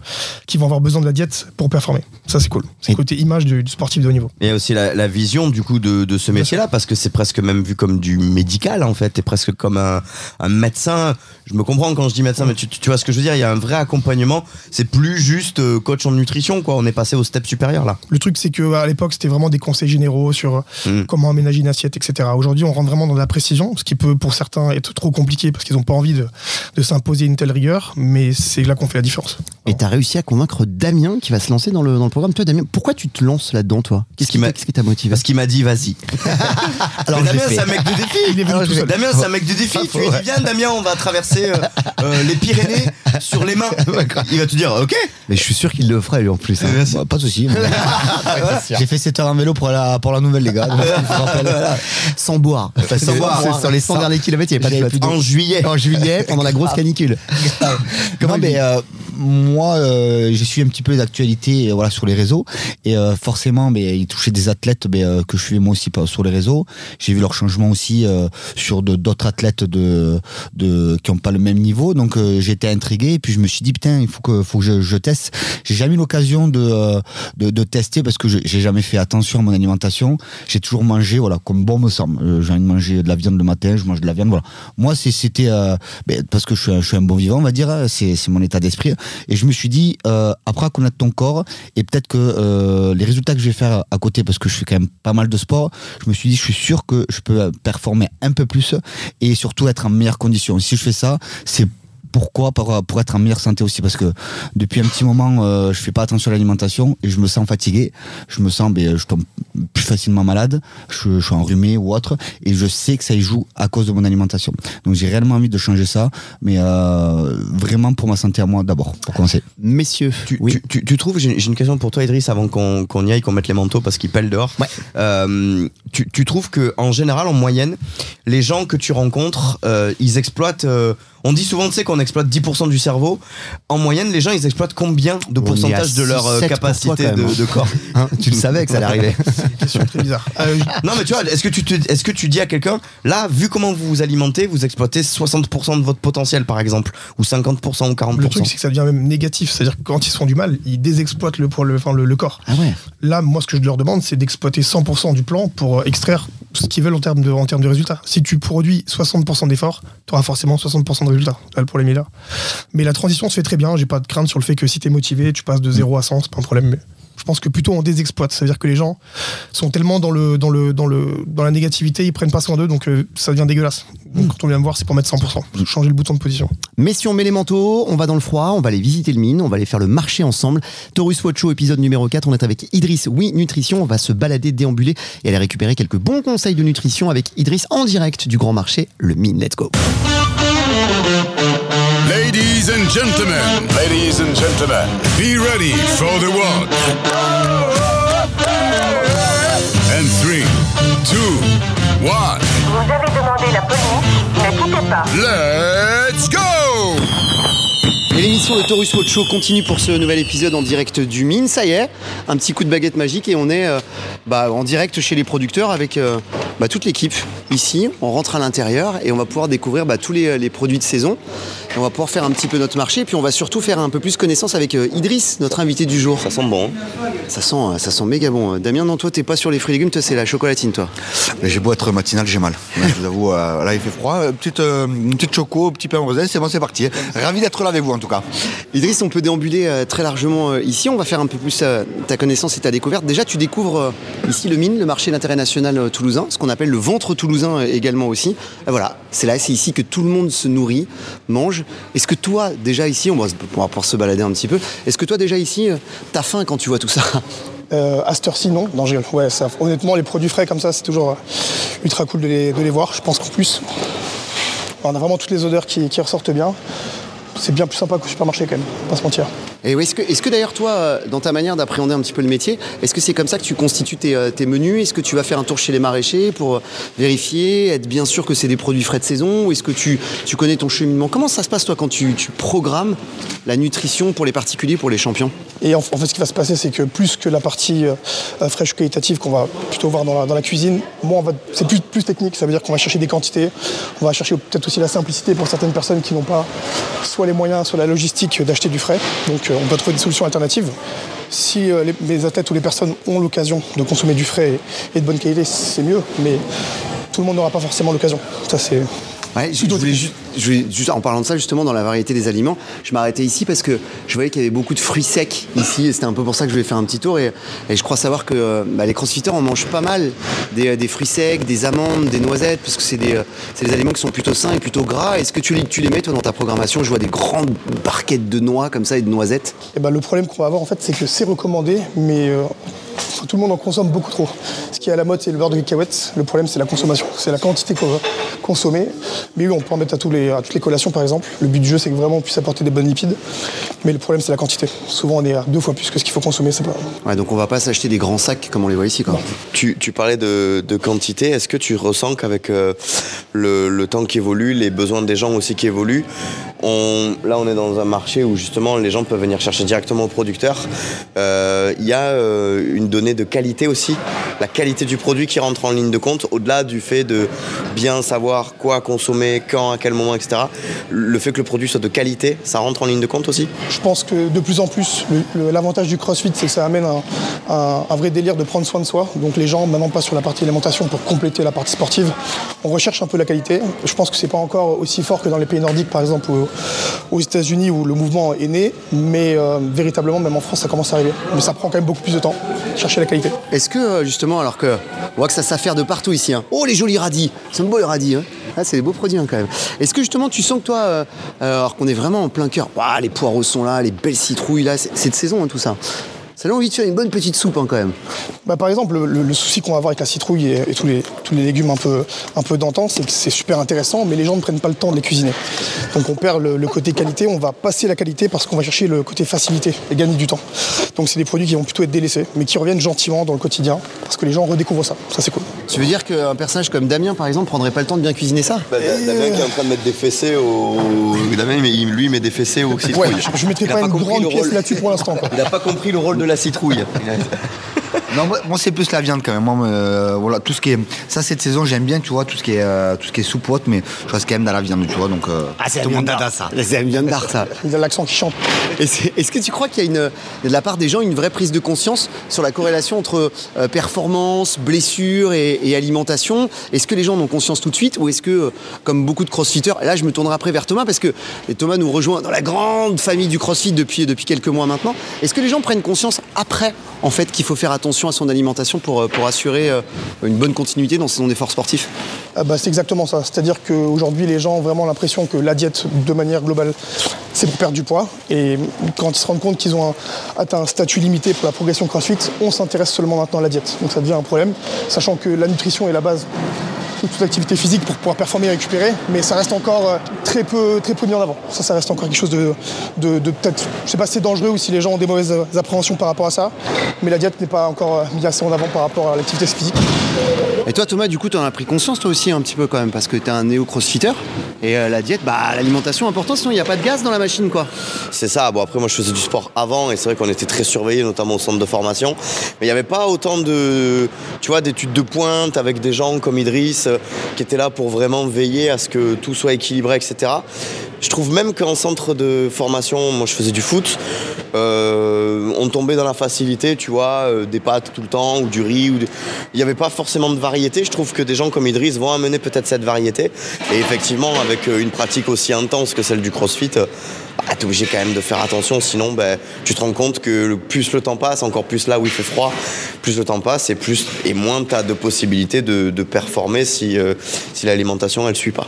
S5: qu'ils vont avoir besoin de la diète pour performer. Ça, c'est cool. C'est le côté image du, du sportif de haut niveau.
S3: Il y a aussi la, la vision du coup de, de ce métier-là parce que c'est presque même vu comme du médical en fait, et presque comme un, un médecin. Je me comprends quand je dis médecin, mais tu, tu vois ce que je veux dire. Il y a un vrai accompagnement. C'est plus juste euh, coach en nutrition quoi. On est passé au step supérieur là.
S5: Le truc, c'est que à l'époque, c'était vraiment des conseils généraux sur euh,
S3: Mm.
S5: comment aménager une assiette, etc. Aujourd'hui, on rentre vraiment dans la précision, ce qui peut pour certains être trop compliqué parce qu'ils n'ont pas envie de, de s'imposer une telle rigueur, mais c'est là qu'on fait la différence.
S2: Et t'as réussi à convaincre Damien qui va se lancer dans le, dans le programme. Toi, Damien, pourquoi tu te lances là-dedans, toi Qu'est-ce
S3: Qui
S2: qui t'a
S3: m'a-
S2: qu'est-ce qui t'a motivé
S3: Parce qu'il m'a dit [LAUGHS] vas-y.
S2: Alors,
S3: Mais
S2: je l'ai fait.
S3: Damien c'est un mec de défi.
S5: Il est venu tout seul.
S3: Damien c'est un mec de défi.
S2: Pas
S3: Tu
S2: faux,
S3: lui
S2: ouais.
S3: dis viens Damien, on va traverser euh, euh, les Pyrénées sur les [LAUGHS] mains. Il va te dire ok.
S2: Mais je suis sûr qu'il le ferait, lui, en plus. hein.
S4: Bah, Pas de
S2: [LAUGHS]
S4: soucis. moi. J'ai fait 7 heures en vélo pour la, pour la nouvelle, les gars. donc je
S2: [LAUGHS]
S4: vous rappelle.
S2: Sans boire. Parce
S3: Sans
S2: que
S3: boire.
S2: c'est- Sur les 100
S3: Sans-
S2: derniers kilomètres, il n'y avait pas
S4: J'avais
S2: de [LAUGHS]
S4: plus
S2: flotte.
S3: En juillet.
S2: En juillet, pendant la grosse canicule.
S4: Comment
S2: Non, mais,
S4: mais euh, moi, euh, je suis un petit peu d'actualité euh, voilà, sur les réseaux. Et euh, forcément, ben, il touchait des athlètes ben, euh, que je suis moi aussi pas- sur les réseaux. J'ai vu leur changement aussi euh, sur de- d'autres athlètes de, de, qui n'ont pas le même niveau. Donc euh, j'ai été intrigué. Et puis je me suis dit, putain, il faut que, faut que je, je teste. J'ai jamais eu l'occasion de, euh, de, de tester parce que je- j'ai jamais fait attention à mon alimentation. J'ai toujours mangé voilà, comme bon me semble. Euh, J'ai envie de manger de la viande le matin, je mange de la viande. Voilà. Moi, c'est- c'était euh, ben, parce que je suis, un- je suis un bon vivant, on va dire. hein, C'est c'est mon état d'esprit. Et je me suis dit, euh, après à connaître ton corps, et peut-être que euh, les résultats que je vais faire à côté, parce que je fais quand même pas mal de sport, je me suis dit, je suis sûr que je peux euh, performer un peu plus et surtout être en meilleure condition. Si je fais ça, c'est pourquoi pour, euh, pour être en meilleure santé aussi parce que depuis un petit moment euh, je fais pas attention à l'alimentation et je me sens fatigué je me sens ben, je tombe plus facilement malade je, je suis enrhumé ou autre et je sais que ça y joue à cause de mon alimentation donc j'ai réellement envie de changer ça mais euh, vraiment pour ma santé à moi d'abord pour commencer
S2: Messieurs,
S3: Tu,
S2: oui.
S3: tu- tu- tu trouves, j'ai j'ai une question pour toi, Idriss, avant qu'on qu'on y aille, qu'on mette les manteaux parce qu'il pèle dehors.
S2: Ouais.
S3: Euh, tu, tu trouves que, en général, en moyenne, les gens que tu rencontres, euh, ils exploitent. euh, on dit souvent, tu sais, qu'on exploite 10% du cerveau. En moyenne, les gens, ils exploitent combien de
S2: On est à
S3: pourcentage de leur euh,
S2: 7%
S3: capacité
S2: quand même,
S3: de,
S2: hein.
S3: de corps Ah
S2: Hein, tu le savais que ça allait
S3: [LAUGHS]
S2: arriver.
S5: question très bizarre. Euh, j-
S3: Non, mais tu vois, est-ce que tu, te, est que tu dis à quelqu'un, là, vu comment vous vous alimentez, vous exploitez 60% de votre potentiel, par exemple, ou 50% ou 40%.
S5: le truc, c'est que ça devient même négatif. C'est-à-dire que quand ils se font du mal, ils désexploitent le, pour le, enfin, le, le corps.
S2: Ah ouais.
S5: Là, moi, ce que je leur demande, c'est d'exploiter 100% du plan pour euh, extraire ce qu'ils veulent en termes de, en termes de résultats. Si tu produis 60% d'efforts, tu auras forcément 60% de résultats. Là, le problème est là. Mais la transition se fait très bien. J'ai pas de crainte sur le fait que si tu es motivé, tu passes de 0 à 100, c'est pas un problème. Mais je pense que plutôt on désexploite. C'est-à-dire que les gens sont tellement dans, le, dans, le, dans, le, dans la négativité, ils prennent pas soin d'eux, donc euh, ça devient dégueulasse.
S2: Hmm.
S5: Donc quand on vient me voir, c'est pour mettre 100%. Changer le bouton de position.
S2: Mais si on met les manteaux, on va dans le froid, on va aller visiter le mine, on va aller faire le marché ensemble. Taurus Watch Show, épisode numéro 4, on est avec Idriss, oui, nutrition, on va se balader, déambuler et aller récupérer quelques bons conseils de nutrition avec Idriss en direct du grand marché, le mine. Let's go.
S1: Ladies and gentlemen, ladies and gentlemen, be ready for the walk. And three, two, one,
S8: Vous avez demandé la police, ne quittez pas.
S1: let's go!
S2: Et l'émission de Taurus Watch Show continue pour ce nouvel épisode en direct du mine. Ça y est, un petit coup de baguette magique et on est euh, bah, en direct chez les producteurs avec euh, bah, toute l'équipe ici. On rentre à l'intérieur et on va pouvoir découvrir bah, tous les, les produits de saison. Et on va pouvoir faire un petit peu notre marché et puis on va surtout faire un peu plus connaissance avec euh, Idriss, notre invité du jour.
S3: Ça sent bon.
S2: Ça sent, euh, ça sent méga bon. Euh, Damien, non, toi, t'es pas sur les fruits et légumes, toi, c'est la chocolatine, toi.
S9: Mais J'ai beau être matinal, j'ai mal. Là, je vous avoue, euh, là il fait froid. Euh, Petite, euh, une petite choco, petit pain aux ailes, c'est bon, c'est parti. Ravi d'être là avec vous en tout cas.
S2: Idriss, on peut déambuler euh, très largement euh, ici. On va faire un peu plus euh, ta connaissance et ta découverte. Déjà, tu découvres euh, ici le mine, le marché d'intérêt national euh, toulousain, ce qu'on appelle le ventre toulousain euh, également aussi. Euh, voilà, c'est là, c'est ici que tout le monde se nourrit, mange. Est-ce que toi, déjà ici, on va, se- on va pouvoir se balader un petit peu, est-ce que toi, déjà ici, euh, t'as faim quand tu vois tout ça
S5: Euh, à cette heure-ci, non. Non, je rigole. Ouais, ça, honnêtement, les produits frais comme ça, c'est toujours euh, ultra cool de les, de les voir. Je pense qu'en plus, on a vraiment toutes les odeurs qui, qui ressortent bien. C'est bien plus sympa qu'au supermarché quand même, faut pas se mentir.
S2: Et ouais, est-ce que, est-ce que d'ailleurs toi, euh, dans ta manière d'appréhender un petit peu le métier, est-ce que c'est comme ça que tu constitues tes, euh, tes menus Est-ce que tu vas faire un tour chez les maraîchers pour euh, vérifier, être bien sûr que c'est des produits frais de saison Ou est-ce que tu, tu connais ton cheminement Comment ça se passe toi quand tu, tu programmes la nutrition pour les particuliers, pour les champions
S5: Et en, en fait, ce qui va se passer, c'est que plus que la partie euh, euh, fraîche qualitative qu'on va plutôt voir dans la, dans la cuisine, moi, on va- c'est plus, plus technique. Ça veut dire qu'on va chercher des quantités, on va chercher peut-être aussi la simplicité pour certaines personnes qui n'ont pas soit les moyens, soit la logistique euh, d'acheter du frais. Donc, euh, on peut trouver des solutions alternatives. Si euh, les, les athlètes ou les personnes ont l'occasion de consommer du frais et, et de bonne qualité, c'est mieux. Mais tout le monde n'aura pas forcément l'occasion. Ça, c'est
S2: Ouais, je, je voulais juste, je voulais juste- en parlant de ça justement dans la variété des aliments, je m'arrêtais ici parce que je voyais qu'il y avait beaucoup de fruits secs ici et c'était un peu pour ça que je voulais faire un petit tour et, et je crois savoir que euh, bah, les crossfitters en mangent pas mal des, des fruits secs, des amandes, des noisettes parce que c'est des, euh, c'est des aliments qui sont plutôt sains et plutôt gras. Est-ce que tu les, tu les mets toi dans ta programmation Je vois des grandes barquettes de noix comme ça et de noisettes.
S5: Eh ben, le problème qu'on va avoir en fait c'est que c'est recommandé mais euh, tout le monde en consomme beaucoup trop. Ce qui est à la mode, c'est le beurre de cacahuète. Le problème, c'est la consommation. C'est la quantité qu'on va consommer. Mais oui, on peut en mettre à, tous les, à toutes les collations, par exemple. Le but du jeu, c'est que vraiment on puisse apporter des bonnes lipides. Mais le problème, c'est la quantité. Souvent, on est à deux fois plus que ce qu'il faut consommer. C'est pas...
S2: Ouais, donc on va pas s'acheter des grands sacs comme on les voit ici. Quoi.
S3: Tu, tu parlais de, de quantité. Est-ce que tu ressens qu'avec euh, le, le temps qui évolue, les besoins des gens aussi qui évoluent, on, là on est dans un marché où justement les gens peuvent venir chercher directement au producteur. Euh, Il y a euh, une donnée de qualité aussi, la qualité du produit qui rentre en ligne de compte, au-delà du fait de bien savoir quoi consommer, quand, à quel moment, etc. Le fait que le produit soit de qualité, ça rentre en ligne de compte aussi.
S5: Je pense que de plus en plus, le- le- l'avantage du crossfit, c'est que ça amène un, un- un vrai délire de prendre soin de soi. Donc les gens, maintenant, passent sur la partie alimentation pour compléter la partie sportive. On recherche un peu la qualité. Je pense que c'est pas encore aussi fort que dans les pays nordiques, par exemple, ou- aux États-Unis, où le mouvement est né. Mais euh, véritablement, même en France, ça commence à arriver. Mais ça prend quand même beaucoup plus de temps, chercher la qualité.
S2: Est-ce que euh, justement, alors que on voit que ça s'affaire de partout ici, hein. oh les jolis radis, c'est un beau radis, hein. Ah, c'est des beaux produits hein, quand même. Est-ce que justement tu sens que toi, euh, euh, alors qu'on est vraiment en plein cœur, Ouah, les poireaux sont là, les belles citrouilles là, c'est c'est de saison hein, tout ça. Ça donne envie de faire une bonne petite soupe hein, quand même.
S5: Bah, par exemple, le, le- le souci qu'on va avoir avec la citrouille et, et tous, les, tous les légumes un peu, un peu d'antan, c'est que c'est super intéressant, mais les gens ne prennent pas le temps de les cuisiner. Donc on perd le, le côté qualité, on va passer la qualité parce qu'on va chercher le côté facilité et gagner du temps. Donc c'est des produits qui vont plutôt être délaissés, mais qui reviennent gentiment dans le quotidien parce que les gens redécouvrent ça. Ça c'est cool.
S2: Tu veux dire qu'un personnage comme Damien par exemple prendrait pas le temps de bien cuisiner ça
S3: Damien qui est en train de mettre des fessées au. Damien, lui, met des fessées au citrouille.
S5: Ouais, je- je mettrai
S3: Il a
S5: pas une
S3: compris
S5: grande
S3: le
S5: pièce
S3: rôle.
S5: là-dessus pour l'instant, quoi.
S3: Il n'a pas compris le rôle de la citrouille.
S4: Non, moi, moi, c'est plus la viande quand même. Moi, euh, voilà, tout ce qui est. Ça, cette saison, j'aime bien, tu vois, tout ce qui est, euh, tout ce qui est soupe haute, mais je reste quand même dans la viande, tu vois. Donc, euh,
S2: Ah,
S4: tout le monde dada ça.
S2: C'est la viande d'art ça.
S5: Il a l'accent qui chante.
S2: Et c'est- Est-ce que tu crois qu'il y a une, de la part des gens une vraie prise de conscience sur la corrélation entre euh, performance, blessure et, et alimentation Est-ce que les gens en ont conscience tout de suite ou est-ce que, euh, comme beaucoup de crossfitters, et là je me tournerai après vers Thomas parce que et Thomas nous rejoint dans la grande famille du crossfit depuis, depuis quelques mois maintenant, est-ce que les gens prennent conscience après en fait qu'il faut faire attention à son alimentation pour, euh, pour assurer euh, une bonne continuité dans son effort sportif
S5: Ah bah, c'est exactement ça. C'est-à-dire qu'aujourd'hui, les gens ont vraiment l'impression que la diète, de manière globale, c'est pour perdre du poids. Et quand ils se rendent compte qu'ils ont un- atteint un statut limité pour la progression CrossFit, on s'intéresse seulement maintenant à la diète. Donc ça devient un problème, sachant que la nutrition est la base de toute activité physique pour pouvoir performer et récupérer, mais ça reste encore euh, très peu, très peu mis en avant. Ça, ça reste encore quelque chose de, de, de peut-être, je sais pas si c'est dangereux ou si les gens ont des mauvaises euh, appréhensions par rapport à ça, mais la diète n'est pas encore euh, mise assez en avant par rapport à l'activité physique.
S2: Et toi Thomas, du coup, t'en as pris conscience toi aussi un petit peu quand même, parce que t'es un néo-crossfitter, et euh, la diète, bah l'alimentation importante, sinon il n'y a pas de gaz dans la machine quoi.
S3: C'est ça. Bon, après, moi, je faisais du sport avant et c'est vrai qu'on était très surveillés, notamment au centre de formation. Mais il n'y avait pas autant de, tu vois, d'études de pointe avec des gens comme Idriss euh, qui étaient là pour vraiment veiller à ce que tout soit équilibré, etc. Je trouve même qu'en centre de formation, moi, je faisais du foot, euh, on tombait dans la facilité, tu vois, euh, des pâtes tout le temps ou du riz. ou des- Il n'y avait pas forcément de variété. Je trouve que des gens comme Idriss vont amener peut-être cette variété. Et effectivement, avec euh, une pratique aussi intense que celle du crossfit, euh, bah, t'es obligé quand même de faire attention, sinon ben, tu te rends compte que le plus le temps passe, encore plus là où il fait froid, plus le temps passe et plus et moins t'as de possibilités de, de performer si, euh, si l'alimentation elle suit pas.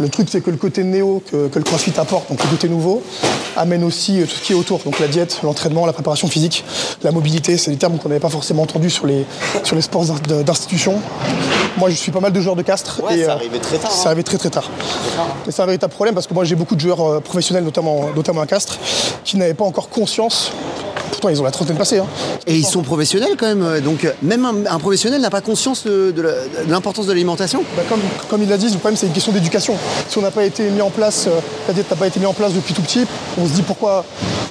S5: Le truc, c'est que le côté néo que, que le CrossFit apporte, donc le côté nouveau, amène aussi euh, tout ce qui est autour, donc la diète, l'entraînement, la préparation physique, la mobilité. C'est des termes qu'on n'avait pas forcément entendus sur les, sur les sports d'in- d'institution. Moi, je suis pas mal de joueurs de castres. euh,
S3: Ouais, ça arrivait très tard, hein.
S5: Ça arrivait très très tard. Et c'est un véritable problème parce que moi, j'ai beaucoup de joueurs euh, professionnels, notamment, notamment à Castres, qui n'avaient pas encore conscience. Pourtant, ils ont la trentaine passée. hein.
S2: Et ils sont professionnels quand même, euh, donc euh, même un, un professionnel n'a pas conscience de, de la- de l'importance de l'alimentation.
S5: Bah, comme, comme il l'a dit, le problème c'est une question d'éducation. Si on n'a pas été mis en place, euh, la diète n'a pas été mise en place depuis tout petit, on se dit pourquoi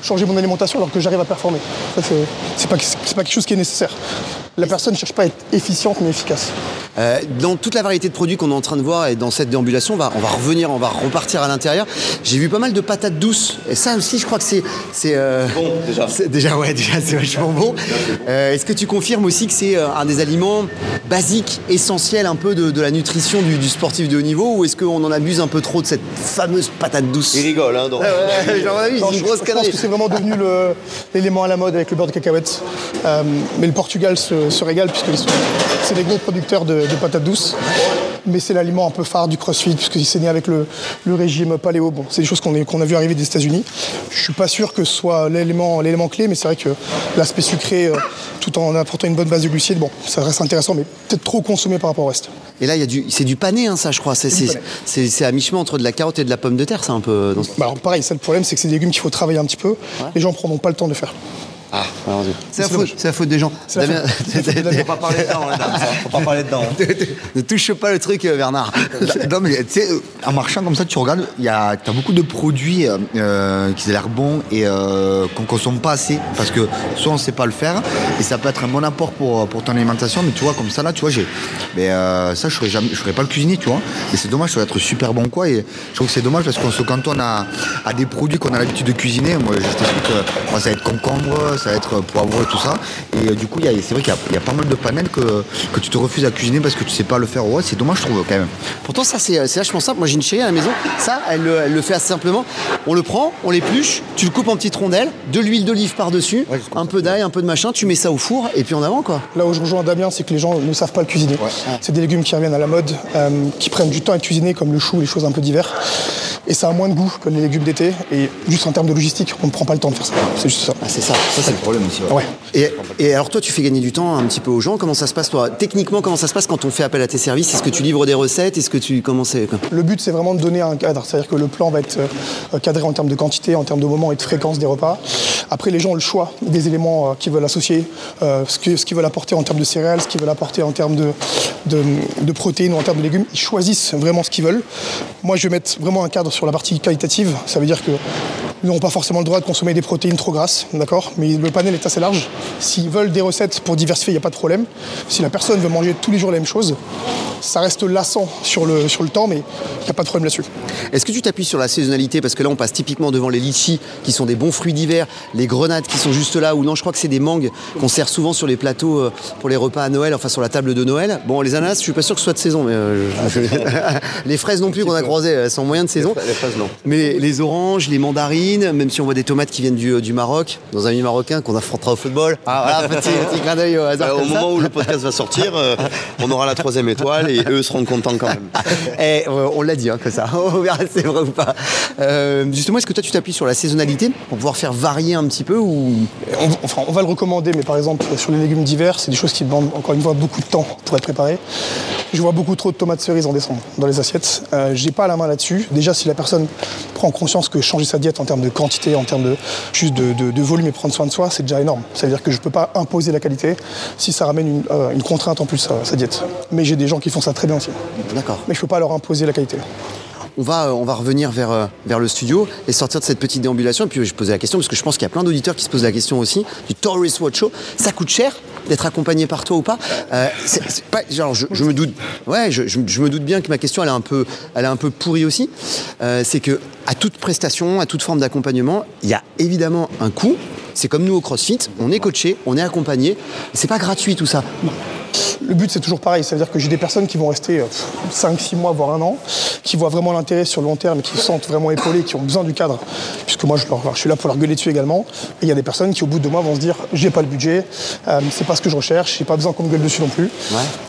S5: changer mon alimentation alors que j'arrive à performer. Ça, c'est- c'est pas, c'est pas quelque chose qui est nécessaire. La personne ne cherche pas à être efficiente mais efficace.
S2: Euh, dans toute la variété de produits qu'on est en train de voir et dans cette déambulation, on va, on va revenir, on va repartir à l'intérieur. J'ai vu pas mal de patates douces, et ça aussi je crois que c'est... c'est euh,
S3: Bon, déjà.
S2: c'est- Déjà ouais, déjà c'est vachement bon. Euh, Est-ce que tu confirmes aussi que c'est euh, un des aliments basiques, essentiels un peu de, de la nutrition du, du sportif de haut niveau, ou est-ce qu'on en abuse un peu trop de cette fameuse patate douce
S3: Il rigole hein donc.
S2: Ouais, ouais, [LAUGHS] genre, à mon avis,
S5: Non,
S2: c'est
S5: je,
S2: une grosse
S5: je pense
S2: connerie.
S5: que c'est vraiment devenu le- l'élément à la mode avec le beurre de cacahuète. Euh, mais le Portugal se, se régale puisque ils sont- c'est des gros producteurs de, de patates douces. mais c'est l'aliment un peu phare du crossfit, puisque c'est né avec le, le régime paléo. Bon, c'est des choses qu'on est- qu'on a vu arriver des États-Unis. Je suis pas sûr que ce soit l'élément l'élément clé, mais c'est vrai que l'aspect sucré, euh, tout en apportant une bonne base de glucides, bon, ça reste intéressant, mais peut-être trop consommé par rapport au reste.
S2: Et là, il y a du, c'est du pané, hein, ça, je crois. C'est,
S5: C'est du
S2: c'est,
S5: pané.
S2: c'est- c'est à mi-chemin entre de la carotte et de la pomme de terre, c'est un peu. dans ce-
S5: Bah, alors pareil, ça le problème, c'est que c'est des légumes qu'il faut travailler un petit peu. Les gens prendront pas le temps de le faire.
S2: Ah, malheureusement. c'est, la
S5: C'est
S2: faute,
S5: dommage.
S2: c'est la faute des gens.
S5: C'est la
S4: [LAUGHS]
S2: Damien-
S5: faute- c'est la faute des gens.
S3: Faut pas parler dedans, madame, ça. Faut pas parler dedans.
S2: ne touche pas le truc, euh, Bernard.
S9: Non mais tu sais, euh, en marchant comme ça, tu regardes, il y a, t'as beaucoup de produits euh, euh, qui ont l'air bons et euh, qu'on consomme pas assez parce que soit on sait pas le faire et ça peut être un bon apport pour, pour ton alimentation. Mais tu vois comme ça là, tu vois, j'ai, mais euh, ça je serais jamais, je serais pas le cuisinier, tu vois. Et c'est dommage, ça va être super bon quoi. Et je trouve que c'est dommage parce qu'on se cantonne à, à des produits qu'on a l'habitude de cuisiner. Moi, je t'explique, euh, moi, ça va être concombre, ça va être euh, poivre, tout ça. Et euh, du coup, il y a- c'est vrai qu'il y a- il y, a pas mal de panels que, que tu te refuses à cuisiner parce que tu sais pas le faire. Ouais, c'est dommage, je trouve quand même.
S2: Pourtant, ça, c'est, c'est vachement simple. Moi, j'ai une chérie à la maison. Ça, elle, le- elle le fait assez simplement. On le prend, on l'épluche, tu le coupes en petites rondelles, de l'huile d'olive par-dessus,
S9: Ouais, je comprends.
S2: un peu d'ail, un peu de machin, tu mets ça au four et puis en avant, quoi.
S5: Là où je rejoins Damien, c'est que les gens ne savent pas le cuisiner. C'est des légumes qui reviennent à la mode, euh, qui prennent du temps à cuisiner, comme le chou, les choses un peu diverses. Et ça a moins de goût que les légumes d'été. Et juste en termes de logistique, on ne prend pas le temps de faire ça. C'est juste ça.
S2: Ah, c'est ça. Ça, c'est le problème aussi.
S5: Ouais.
S2: Et, et alors, toi, tu fais gagner du temps un petit peu aux gens. Comment ça se passe, toi Techniquement, comment ça se passe quand on fait appel à tes services Est-ce que tu livres des recettes Est-ce que tu. Comment c'est quoi
S5: Le but, c'est vraiment de donner un cadre. C'est-à-dire que le plan va être euh, cadré en termes de quantité, en termes de moment et de fréquence des repas. Après, les gens ont le choix des éléments euh, qu'ils veulent associer, euh, ce que- ce qu'ils veulent apporter en termes de céréales, ce qu'ils veulent apporter en termes de, de- de protéines ou en termes de légumes. Ils choisissent vraiment ce qu'ils veulent. Moi, je vais mettre vraiment un cadre sur la partie qualitative. Ça veut dire que Ils n'auront pas forcément le droit de consommer des protéines trop grasses, d'accord Mais le panel est assez large. S'ils veulent des recettes pour diversifier, il n'y a pas de problème. Si la personne veut manger tous les jours la même chose, ça reste lassant sur le, sur le temps, mais il n'y a pas de problème là-dessus.
S2: Est-ce que tu t'appuies sur la saisonnalité Parce que là, on passe typiquement devant les litchis, qui sont des bons fruits d'hiver, les grenades qui sont juste là, ou non, je crois que c'est des mangues qu'on sert souvent sur les plateaux euh, pour les repas à Noël, enfin sur la table de Noël. Bon, les ananas, je suis pas sûr que ce soit de saison, mais euh, je- les fraises non plus qu'on a croisées, elles sont moyen de saison.
S3: fra- les fraises, non.
S2: Mais les oranges, les mandarines, même si on voit des tomates qui viennent du, euh, du Maroc, dans un ami marocain qu'on affrontera au football. Ah, voilà, petit, petit clin d'œil au hasard. [LAUGHS]
S3: Euh, au
S2: comme ça.
S3: moment où le podcast va sortir, euh, on aura la troisième étoile et eux seront contents quand même.
S2: Eh, euh, on l'a dit hein, comme ça, [LAUGHS] on verra si c'est vrai ou pas. Euh, justement, est-ce que toi tu t'appuies sur la saisonnalité pour pouvoir faire varier un petit peu ou
S5: On, enfin, on va le recommander, mais par exemple, sur les légumes d'hiver, c'est des choses qui demandent encore une fois beaucoup de temps pour être préparées. Je vois beaucoup trop de tomates cerises en décembre dans les assiettes. Euh, J'ai pas la main là-dessus. Déjà, si la personne prend conscience que changer sa diète en termes de quantité, en termes de juste de, de- de volume et prendre soin de soi, c'est déjà énorme. Ça veut dire que je peux pas imposer la qualité si ça ramène une, euh, une contrainte en plus à sa diète. Mais j'ai des gens qui font ça très bien aussi.
S2: D'accord.
S5: Mais je peux pas leur imposer la qualité.
S2: On va, euh, on va revenir vers, euh, vers le studio et sortir de cette petite déambulation. Et puis je posais la question, parce que je pense qu'il y a plein d'auditeurs qui se posent la question aussi, du Tourist Watch Show. Ça coûte cher d'être accompagné par toi ou pas, Euh, c'est- c'est pas genre, je, je me doute, ouais, je, je- je me doute bien que ma question elle est un peu, elle est un peu pourrie aussi. Euh, c'est que à toute prestation, à toute forme d'accompagnement, il y a évidemment un coût. C'est comme nous au CrossFit, on est coaché, on est accompagné. C'est pas gratuit tout ça.
S5: Le but, c'est toujours pareil. C'est-à-dire que j'ai des personnes qui vont rester 5-6 mois, voire un an, qui voient vraiment l'intérêt sur le long terme et qui se sentent vraiment épaulées, qui ont besoin du cadre. Puisque moi, je, leur- je suis là pour leur gueuler dessus également. Et il y a des personnes qui, au bout de deux mois, vont se dire j'ai pas le budget, euh, c'est pas ce que je recherche, j'ai pas besoin qu'on me gueule dessus non plus.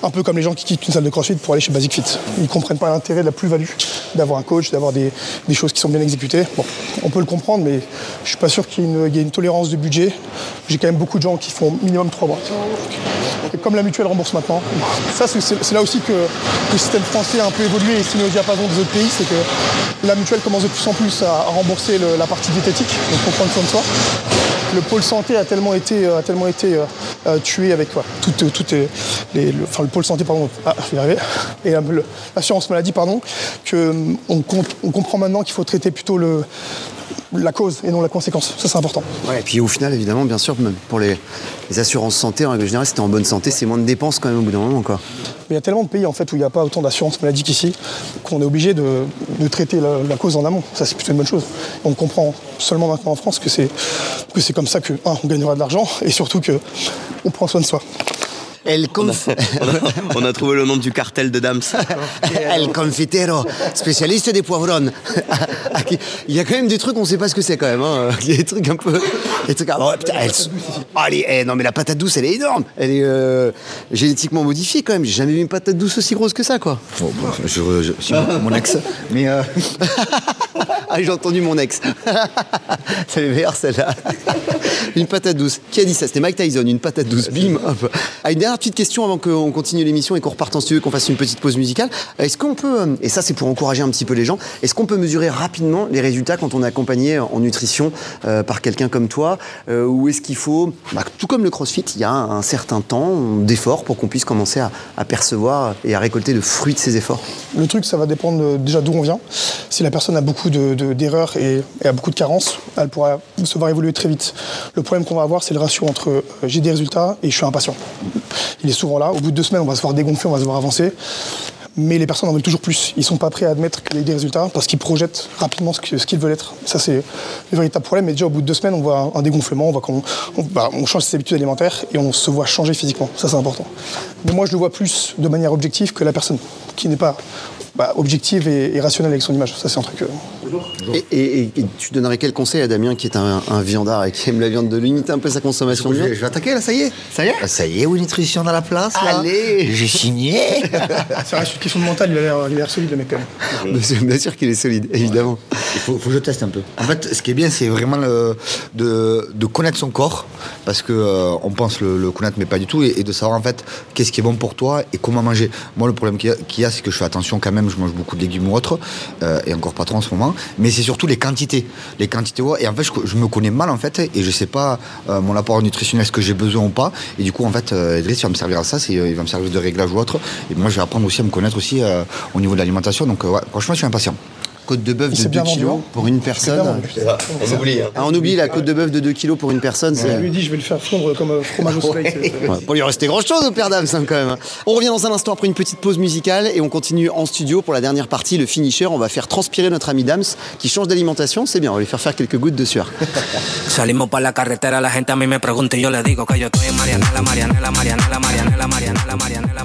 S5: Un peu comme les gens qui quittent une salle de crossfit pour aller chez Basic Fit. Ils comprennent pas l'intérêt de la plus-value d'avoir un coach, d'avoir des, des choses qui sont bien exécutées. Bon, on peut le comprendre, mais je suis pas sûr qu'il y ait une, il y ait une tolérance de budget. J'ai quand même beaucoup de gens qui font minimum trois mois. Et comme la mutuelle rembourse maintenant, ça c'est- c'est c'est là aussi que le système français a un peu évolué et s'est mis au diapason des autres pays, c'est que la mutuelle commence de plus en plus à à rembourser le- la partie diététique, donc pour prendre soin de soi. Le pôle santé a tellement été, euh, a tellement été euh, euh, tué avec quoi, tout, euh, tout, euh, les, le, enfin, le pôle santé pardon, ah, je vais y arriver, et euh, le- l'assurance maladie pardon, que euh, on, comp- on comprend maintenant qu'il faut traiter plutôt le, la cause et non la conséquence. Ça c'est important.
S2: Ouais, et puis au final, évidemment, bien sûr, même pour les, les assurances santé, en règle générale, si t'es en bonne santé, c'est moins de dépenses quand même au bout d'un moment, quoi.
S5: Mais il y a tellement de pays en fait où il n'y a pas autant d'assurance maladie qu'ici qu'on est obligé de, de traiter la, la cause en amont. Ça c'est plutôt une bonne chose. On comprend seulement maintenant en France que c'est que c'est comme ça que un, on gagnera de l'argent et surtout que on prend soin de soi.
S2: El, conf...
S3: On a, on a trouvé le nom du cartel de Dams.
S2: [LAUGHS] El confitero, spécialiste des poivrons. [LAUGHS] Il y a quand même des trucs, on sait pas ce que c'est quand même. hein. [LAUGHS] Il y a des trucs un peu. Des trucs... ah ouais, putain, elle se- Ah, elle est- eh, non, mais la patate douce, elle est énorme. Elle est euh, génétiquement modifiée quand même. J'ai jamais vu une patate douce aussi grosse que ça, quoi.
S10: Bon, bon, je- je- si, mon ex.
S2: Mais. euh, [LAUGHS] ah, j'ai entendu mon ex. [LAUGHS] c'est les meilleures, celle-là. une patate douce. Qui a dit ça C'était Mike Tyson, une patate douce. Bim, hop. Ah, une dernière petite question avant qu'on continue l'émission et qu'on reparte en studio, qu'on fasse une petite pause musicale. Est-ce qu'on peut, euh, et ça c'est pour encourager un petit peu les gens, est-ce qu'on peut mesurer rapidement les résultats quand on est accompagné en nutrition euh, par quelqu'un comme toi euh, Ou est-ce qu'il faut, bah, tout comme le crossfit, il y a un, un certain temps d'effort pour qu'on puisse commencer à, à percevoir et à récolter le fruit de ces efforts
S5: Le truc, ça va dépendre euh, déjà d'où on vient. Si la personne a beaucoup de- de- d'erreurs et, et a beaucoup de carences, elle pourra se voir évoluer très vite. Le problème qu'on va avoir, c'est le ratio entre euh, j'ai des résultats et je suis impatient. Il est souvent là. Au bout de deux semaines, on va se voir dégonfler, on va se voir avancer. Mais les personnes en veulent toujours plus. Ils sont pas prêts à admettre qu'il y a eu des résultats parce qu'ils projettent rapidement ce que- ce qu'ils veulent être. Ça, c'est le véritable problème. Et déjà, au bout de deux semaines, on voit un dégonflement, on, voit qu'on- on- bah, on change ses habitudes alimentaires et on se voit changer physiquement. Ça, c'est important. Mais moi, je le vois plus de manière objective que la personne qui n'est pas bah, objective et, et rationnelle avec son image. Ça, c'est un truc. euh,
S2: Et, et- et- et tu donnerais quel conseil à Damien qui est un, un viandard et qui aime la viande de limiter un peu sa consommation de viande
S4: vais attaquer là, ça y est.
S2: Ça y est
S4: Ah, Ça y est, oui, nutrition dans la place. Là.
S2: Allez
S4: J'ai signé.
S2: [LAUGHS]
S5: Ah, C'est vrai, sur question de mental, il a l'air, il a l'air solide, le mec, quand même.
S2: Bien sûr- Bien sûr qu'il est solide, évidemment.
S4: Il faut, faut que je teste un peu. En fait, ce qui est bien, c'est vraiment le- de, de connaître son corps, parce que euh, on pense le, le connaître, mais pas du tout, et, et de savoir en fait qu'est-ce qui est bon pour toi et comment manger. Moi, le problème qu'il y a, qu'il y a, c'est que je fais attention quand même. Je mange beaucoup de légumes ou autres, euh, et encore pas trop en ce moment. Mais c'est surtout les quantités, les quantités. ouais, Et en fait, je, co- je me connais mal en fait, et je sais pas euh, mon apport nutritionnel, ce que j'ai besoin ou pas. Et du coup, en fait, euh, Idriss il va me servir à ça, c'est, euh, il va me servir de réglage ou autre. Et moi, je vais apprendre aussi à me connaître aussi euh, au niveau de l'alimentation. Donc, euh, ouais, franchement, je suis impatient.
S2: Côte de bœuf de
S5: Il s'est
S2: 2
S5: bien vendu,
S2: kilos
S5: hein.
S2: pour une
S5: C'est bien
S2: personne.
S5: vendu.
S3: On oublie. hein.
S2: Ah, on oublie la côte de bœuf de 2 kilos pour une personne. c'est-
S5: Je lui ai dit, je vais le faire fondre comme euh, fromage au soleil. c'est-
S2: Ouais, Pour lui rester grand chose au père d'âme, quand même. hein. On revient dans un instant après une petite pause musicale et on continue en studio pour la dernière partie, le finisher. On va faire transpirer notre ami Dams qui change d'alimentation. C'est bien, on va lui faire faire quelques gouttes de sueur.
S7: Salimos para la carretera, la gente a mí me pregunta y yo le digo que yo estoy en Marianela, Marianela, Marianela, Marianela, Marianela, Marianela, Marianela, Marianela,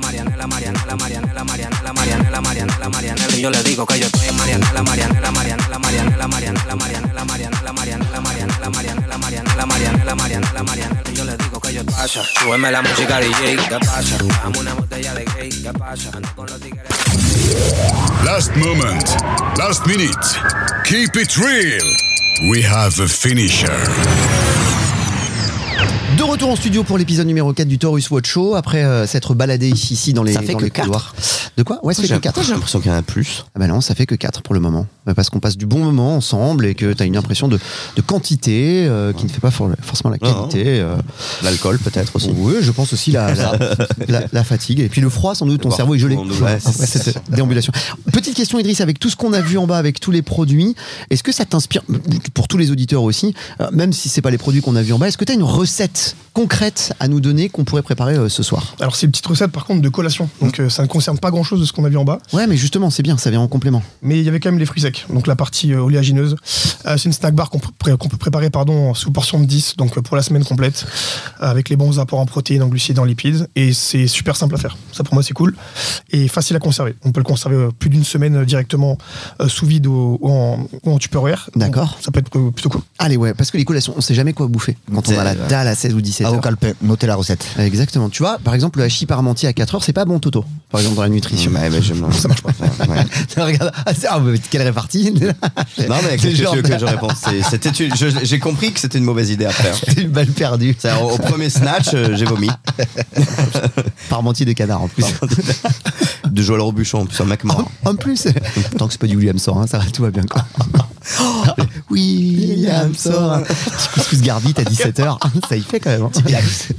S7: Marianela, Marianela, Marianela, Marianela, Marianela, Marianela, y yo le digo que yo estoy en Marianela, Marianela, Marianela, Marianela, Marianela, Marianela, Marianela, Marianela, Marianela, Marianela, Marianela, Marianela, Marianela, Marianela, y yo le digo que yo pasa. Súbeme la música DJ, ¿qué pasa? Dame una botella de gay, ¿qué pasa? Ando con los tigres.
S1: Last moment, last minute. Keep it real. We have a finisher.
S9: De retour en studio pour l'épisode numéro 4 du Taurus Watch Show, après euh, s'être baladé ici, ici dans les,
S3: Ça fait
S9: dans
S3: que
S9: les
S3: quatre.
S9: couloirs. De quoi Ouais, ça fait que 4.
S3: J'ai l'impression qu'il y en a plus.
S9: Ah bah non, ça fait que 4 pour le moment. Bah Parce qu'on passe du bon moment ensemble et que t'as une impression de, de quantité euh, qui ne fait pas for- forcément la
S3: Non, non.
S9: qualité. euh.
S3: L'alcool, peut-être aussi.
S9: Oui, je pense aussi la, la, la- la fatigue. Et puis le froid, sans doute, ton
S3: Bon,
S9: cerveau est gelé.
S3: on nous- ouais, c'est-
S9: Après cette déambulation. Petite question, Idriss, avec tout ce qu'on a vu en bas, avec tous les produits, est-ce que ça t'inspire, pour tous les auditeurs aussi, euh, même si c'est pas les produits qu'on a vus en bas, est-ce que tu as une recette concrète à nous donner qu'on pourrait préparer euh, ce soir
S5: Alors, c'est une petite recette, par contre, de collation.
S2: Mmh.
S5: Donc, euh, ça ne concerne pas grand chose de ce qu'on a vu en bas.
S9: Ouais, mais justement, c'est bien, ça vient en complément.
S5: mais il y avait quand même les fruits secs, donc la partie euh, oléagineuse. Euh, c'est une snack bar qu'on peut, pré- qu'on peut préparer pardon, sous portion de 10, donc euh, pour la semaine complète, euh, avec les bons apports en protéines, en glucides, en lipides, et c'est super simple à faire. Ça pour moi c'est cool, et facile à conserver. On peut le conserver euh, plus d'une semaine euh, directement euh, sous vide ou, ou en, ou en tupperware.
S9: D'accord.
S5: Donc, Ça peut être euh, plutôt cool.
S9: Allez, ouais, parce que les collations, on sait jamais quoi bouffer quand on a la
S3: euh,
S10: C'est-
S9: dalle à 16 ou 17 heures.
S10: Avocat le pain, notez la recette.
S9: Exactement. Tu vois, par exemple, le hachis parmentier à 4 heures, c'est pas bon, Toto. Par exemple, dans la nutrition.
S3: Ouais, mais je m'en-
S9: [LAUGHS] Ça marche pas.
S3: Ouais.
S9: Regarde, ah, c'est- ah, mais quelle répartie [LAUGHS]
S3: Non, mais
S9: C'est
S3: qu'est-ce que
S9: genre-
S3: tu veux que je réponde C'est- c'était une- je- J'ai compris que c'était une mauvaise idée à faire.
S9: C'est [LAUGHS] une balle perdue.
S3: C'est-à-dire, Au au premier snatch, euh, j'ai
S9: [LAUGHS]
S3: vomi.
S9: Parmentier de canard en plus.
S3: De Joël Robuchon, en plus, un mec mort.
S9: En, en plus, [LAUGHS] tant que c'est pas du William Sorin, ça va, tout va bien
S3: [LAUGHS]
S9: quoi. Oh, William Sorin. Petit couscous garbi à 17h, [LAUGHS] ça y fait quand même. hein.